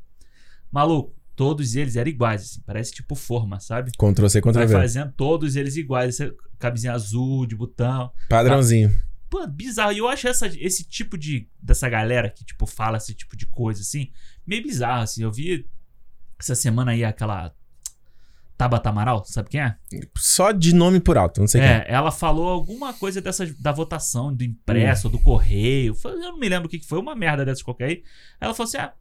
Speaker 2: Maluco, todos eles eram iguais, assim, parece tipo forma, sabe?
Speaker 1: Ctrl C, Ctrl
Speaker 2: Vai
Speaker 1: V.
Speaker 2: fazendo todos eles iguais, essa camisinha azul de botão.
Speaker 1: Padrãozinho.
Speaker 2: Pô, bizarro. E eu acho essa, esse tipo de. dessa galera que, tipo, fala esse tipo de coisa, assim, meio bizarro, assim. Eu vi essa semana aí aquela. Tabata Amaral, sabe quem é?
Speaker 1: Só de nome por alto, não sei o
Speaker 2: é, ela falou alguma coisa dessas da votação do
Speaker 1: Hum.
Speaker 2: impresso, do correio. Foi- Eu não me lembro o que que foi, uma merda dessas qualquer aí. Ela falou assim: ah,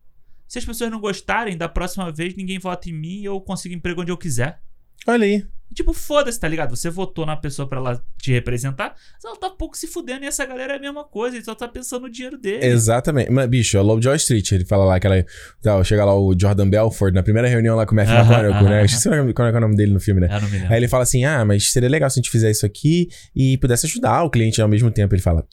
Speaker 2: se as pessoas não gostarem, da próxima vez ninguém vota em mim e eu consigo emprego onde eu quiser.
Speaker 1: Olha aí.
Speaker 2: Tipo, foda-se, tá ligado? Você votou na pessoa pra ela te representar, mas ela tá pouco se fudendo e essa galera é a mesma coisa, ele só tá pensando no dinheiro dele.
Speaker 1: Exatamente. Mas, bicho, é o Lovejoy Street. Ele fala lá aquela. Tá, chega lá o Jordan Belfort na primeira reunião lá com o Matthew
Speaker 2: Aham,
Speaker 1: McConaughey, né?
Speaker 2: aham. É.
Speaker 1: Eu esqueci qual é qual é o nome dele no filme, né?
Speaker 2: Eu não me lembro.
Speaker 1: Aí ele fala assim: Ah, mas seria legal se a gente fizer isso aqui e pudesse ajudar o cliente ao mesmo tempo. Ele fala.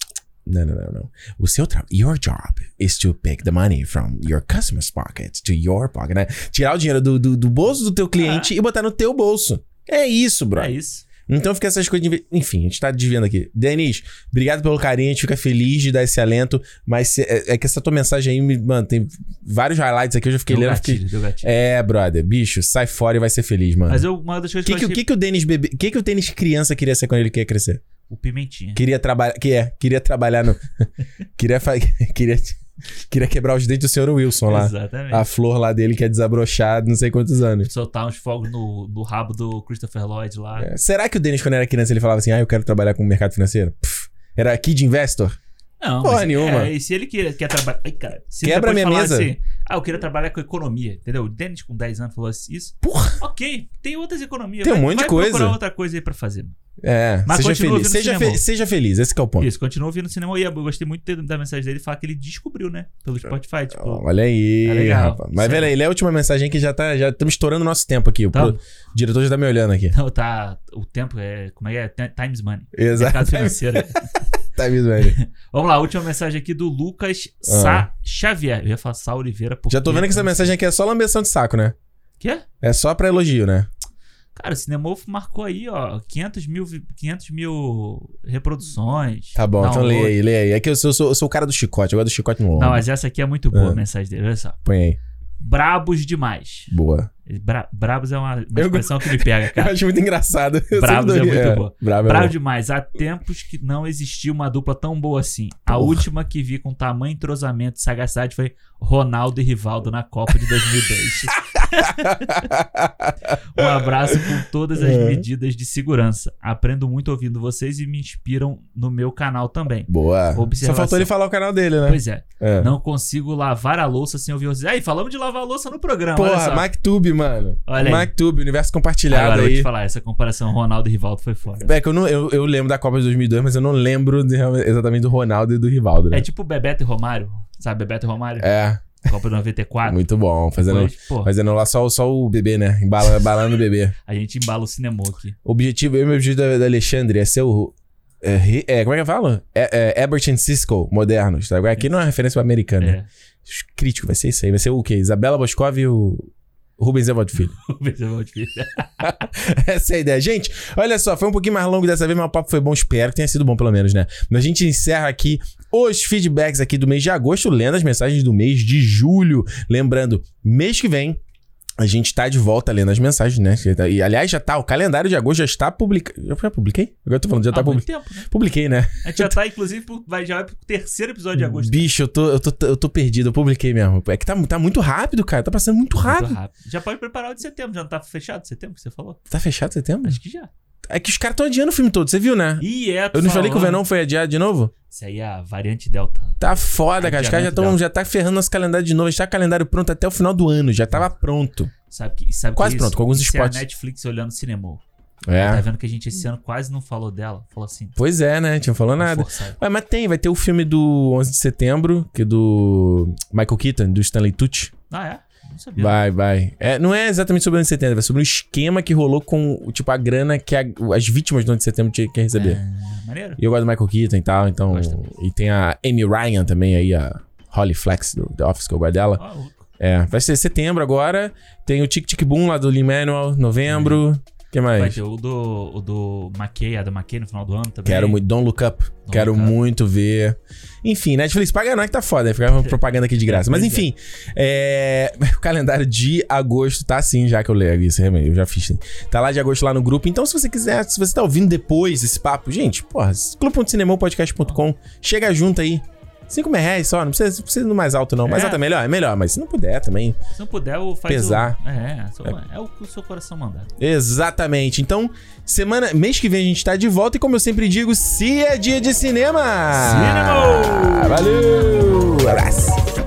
Speaker 1: Não, não, não, não. O seu trabalho, your job is to pick the money from your customer's pocket to your pocket, né? Tirar o dinheiro do, do, do bolso do teu cliente e botar no teu bolso. É isso, bro.
Speaker 2: É isso.
Speaker 1: Então fica essas coisas de. inve- Enfim, a gente tá desviando aqui. Denis, obrigado pelo carinho, a gente fica feliz de dar esse alento, mas cê- é, é que essa tua mensagem aí, me- mano, tem vários highlights aqui, eu já fiquei
Speaker 2: deu
Speaker 1: lendo. eu Fiquei...
Speaker 2: gatilho, deu gatilho.
Speaker 1: É, brother, bicho, sai fora e vai ser feliz, mano.
Speaker 2: Mas eu, uma das coisas
Speaker 1: que
Speaker 2: que,
Speaker 1: que,
Speaker 2: eu
Speaker 1: o que,
Speaker 2: achei...
Speaker 1: que o Denis bebê. O que, que o Denis criança queria ser quando ele queria crescer?
Speaker 2: O Pimentinha.
Speaker 1: Queria trabalhar. Que é? Queria trabalhar no. queria, fa... queria. Queria quebrar os dentes do senhor Wilson lá.
Speaker 2: Exatamente.
Speaker 1: A flor lá dele que é desabrochada, não sei quantos anos.
Speaker 2: Soltar uns fogos no, no rabo do Christopher Lloyd lá.
Speaker 1: É, Será que o Denis, quando era criança, ele falava assim: Ah, eu quero trabalhar com o mercado financeiro? Pff, era kid investor?
Speaker 2: Não,
Speaker 1: Porra
Speaker 2: mas-
Speaker 1: nenhuma.
Speaker 2: É, e se ele quer, quer trabalhar. Ai, cara. Se
Speaker 1: Quebra
Speaker 2: depois
Speaker 1: minha
Speaker 2: falar
Speaker 1: mesa.
Speaker 2: assim, ah, eu queria trabalhar com economia, entendeu? O Dennis com 10 anos falou assim, isso.
Speaker 1: Porra.
Speaker 2: Ok, tem outras economias.
Speaker 1: Tem um
Speaker 2: vai-
Speaker 1: monte de
Speaker 2: vai
Speaker 1: coisa.
Speaker 2: procurar outra coisa aí pra fazer.
Speaker 1: É,
Speaker 2: Mas
Speaker 1: seja
Speaker 2: continua
Speaker 1: feliz.
Speaker 2: ouvindo
Speaker 1: Seja,
Speaker 2: cinema.
Speaker 1: fe- seja feliz, esse que é o ponto.
Speaker 2: Isso, continua ouvindo cinema. E eu gostei muito de- da mensagem dele falar que ele descobriu, né? Pelo
Speaker 1: É,
Speaker 2: Spotify. Tipo,
Speaker 1: Olha aí,
Speaker 2: É legal.
Speaker 1: rapaz. Mas
Speaker 2: Sério.
Speaker 1: velho, aí, lê a última mensagem que já tá. Já estamos estourando o nosso tempo aqui. O
Speaker 2: Tá.
Speaker 1: pro- o diretor já tá me olhando aqui.
Speaker 2: então tá. O tempo é. Como é que é? Ti- Times Money. Mercado
Speaker 1: Exato.
Speaker 2: financeiro.
Speaker 1: Tá mesmo, velho.
Speaker 2: Vamos lá, última mensagem aqui do Lucas Sa Xavier. Eu ia falar Sa Oliveira. porque-
Speaker 1: Ah. Já tô vendo que essa mensagem aqui é só lambeção de saco, né?
Speaker 2: Quê?
Speaker 1: É só pra elogio, né?
Speaker 2: Cara, o Cinemolfo marcou aí, ó, 500 mil, vi- 500 mil reproduções.
Speaker 1: Tá bom,
Speaker 2: Não,
Speaker 1: então lê
Speaker 2: o-
Speaker 1: aí, lê aí. É que eu sou, eu sou- eu sou o cara do chicote, eu gosto do chicote no ombro.
Speaker 2: Não, mas essa aqui é muito boa
Speaker 1: Ah.
Speaker 2: a mensagem dele, olha só.
Speaker 1: Põe aí.
Speaker 2: Brabos demais.
Speaker 1: Boa.
Speaker 2: Bra brabos é uma, uma
Speaker 1: Eu
Speaker 2: expressão que me pega,
Speaker 1: Eu
Speaker 2: cara.
Speaker 1: acho muito engraçado. Eu sempre
Speaker 2: Bravos é
Speaker 1: dou-
Speaker 2: muito boa.
Speaker 1: Bravo é
Speaker 2: Brabo
Speaker 1: bom.
Speaker 2: demais. Há tempos que não existia uma dupla tão boa assim. A
Speaker 1: Porra.
Speaker 2: última que vi com tamanho entrosamento e sagacidade foi Ronaldo e Rivaldo na Copa de 2010. um abraço com todas as
Speaker 1: É.
Speaker 2: medidas de segurança. Aprendo muito ouvindo vocês e me inspiram no meu canal também.
Speaker 1: Boa. Só
Speaker 2: Observação.
Speaker 1: faltou ele falar o canal dele, né?
Speaker 2: Pois é,
Speaker 1: É.
Speaker 2: não consigo lavar a louça sem ouvir vocês. Aí, falamos de lavar a louça no programa, olha
Speaker 1: Porra,
Speaker 2: só.
Speaker 1: MacTube, mano.
Speaker 2: Olha aí.
Speaker 1: MacTube, universo compartilhado
Speaker 2: Agora eu vou te
Speaker 1: aí.
Speaker 2: falar, essa comparação Ronaldo e Rivaldo foi foda.
Speaker 1: É que eu, não, eu, eu lembro da Copa de 2002, mas eu não lembro de- exatamente do Ronaldo e do Rivaldo, né?
Speaker 2: É tipo Bebeto e Romário, sabe? Bebeto e Romário,
Speaker 1: É,
Speaker 2: Copa de 94.
Speaker 1: muito bom. Fazendo,
Speaker 2: Depois, pô,
Speaker 1: fazendo lá só, o- só o bebê, né? Embala- Embalando o bebê.
Speaker 2: a gente embala o cinema aqui.
Speaker 1: Objetivo, eu, meu objetivo da, da Alexandre é ser o. É, ri- é, como é que eu falo? É, é, Ebert and Cisco, modernos. Tá? Aqui não é referência pra americano. né?
Speaker 2: É.
Speaker 1: Crítico, vai ser isso aí. Vai ser o quê? Isabela Boscov e o Rubens Evaldo Filho.
Speaker 2: Vamos ver se eu vou te ver.
Speaker 1: Essa é a ideia. Gente, olha só, foi um pouquinho mais longo dessa vez, mas o papo foi bom, espero que tenha sido bom pelo menos, né? Mas a gente encerra aqui os feedbacks aqui do mês de agosto, lendo as mensagens do mês de julho. Lembrando, mês que vem A gente tá de volta lendo as mensagens, né? E aliás, já tá, o calendário de agosto já está publicado. Já já publiquei? Agora eu tô falando, já tá
Speaker 2: Há muito
Speaker 1: publicado.
Speaker 2: tempo, né?
Speaker 1: Publiquei, né?
Speaker 2: A gente já tá, inclusive, pro- vai, já vai pro terceiro episódio de agosto.
Speaker 1: Bicho, eu tô, eu, tô, eu tô perdido, eu publiquei mesmo. É que tá, tá muito rápido, cara. Tá passando muito
Speaker 2: Muito
Speaker 1: rápido.
Speaker 2: rápido. Já pode preparar o de setembro, já não tá fechado setembro que você falou?
Speaker 1: Tá fechado setembro?
Speaker 2: Acho que já.
Speaker 1: É que os caras estão adiando o filme todo, você viu, né?
Speaker 2: E é, tô
Speaker 1: Eu não falei que o
Speaker 2: falando.
Speaker 1: Venom foi adiado de novo?
Speaker 2: Isso aí é a variante Delta.
Speaker 1: Tá foda, cara. Os caras já,
Speaker 2: Adiamento
Speaker 1: tão, já tá ferrando nosso calendário de novo. Já tá com o calendário pronto até o final do ano. Já tava pronto.
Speaker 2: Sabe que, sabe
Speaker 1: Quase
Speaker 2: que isso?
Speaker 1: pronto, com alguns
Speaker 2: Isso é
Speaker 1: spots.
Speaker 2: a Netflix olhando o cinema. Tá
Speaker 1: É.
Speaker 2: vendo que a gente esse ano quase não falou dela? Falou assim.
Speaker 1: Pois é, né? A gente não falou nada.
Speaker 2: forçado.
Speaker 1: Ué, mas tem, vai ter o filme do 11 de setembro, que é do Michael Keaton, do Stanley Tucci.
Speaker 2: Ah, é? Não sabia.
Speaker 1: Vai, vai. É, não é exatamente sobre o 11 de setembro, é sobre o esquema que rolou com, o- tipo, a grana que a- as vítimas do 11 de setembro tinham que receber.
Speaker 2: Ah, maneiro.
Speaker 1: E eu gosto do Michael Keaton e tal, então...
Speaker 2: Gosto também.
Speaker 1: E tem a Amy Ryan também aí, a Holly Flex do The Office, que eu gosto dela.
Speaker 2: Ó, louco.
Speaker 1: É, vai ser setembro agora. Tem o Tic Tic Boom lá do Lee Manuel, novembro. O que
Speaker 2: Vai
Speaker 1: mais?
Speaker 2: ter o do, o do McKay, a do McKay no final do ano também.
Speaker 1: Quero muito. Don't Look Up.
Speaker 2: Don't
Speaker 1: Quero
Speaker 2: Look Up.
Speaker 1: muito ver. Enfim, Netflix paga nós que tá foda, né? Ficar uma propaganda aqui de graça. Mas
Speaker 2: Pois é.
Speaker 1: enfim, é, o calendário de agosto tá assim, já que eu leio isso, realmente, eu já fiz. Sim. Tá lá de agosto lá no grupo. Então, se você quiser, se você tá ouvindo depois esse papo, gente, porra, clube.cinemopodcast.com, chega junto aí. 5 mil reais só, não precisa, não precisa do mais alto, não. Mas
Speaker 2: É.
Speaker 1: é melhor, é melhor, mas se não puder também.
Speaker 2: Se não puder, o- faz
Speaker 1: Pesar.
Speaker 2: o... É, só- é o que o seu coração mandar.
Speaker 1: Exatamente. Então, semana, mês que vem a gente tá de volta e como eu sempre digo, se é dia de cinema.
Speaker 2: Cinema!
Speaker 1: Valeu! Abraço.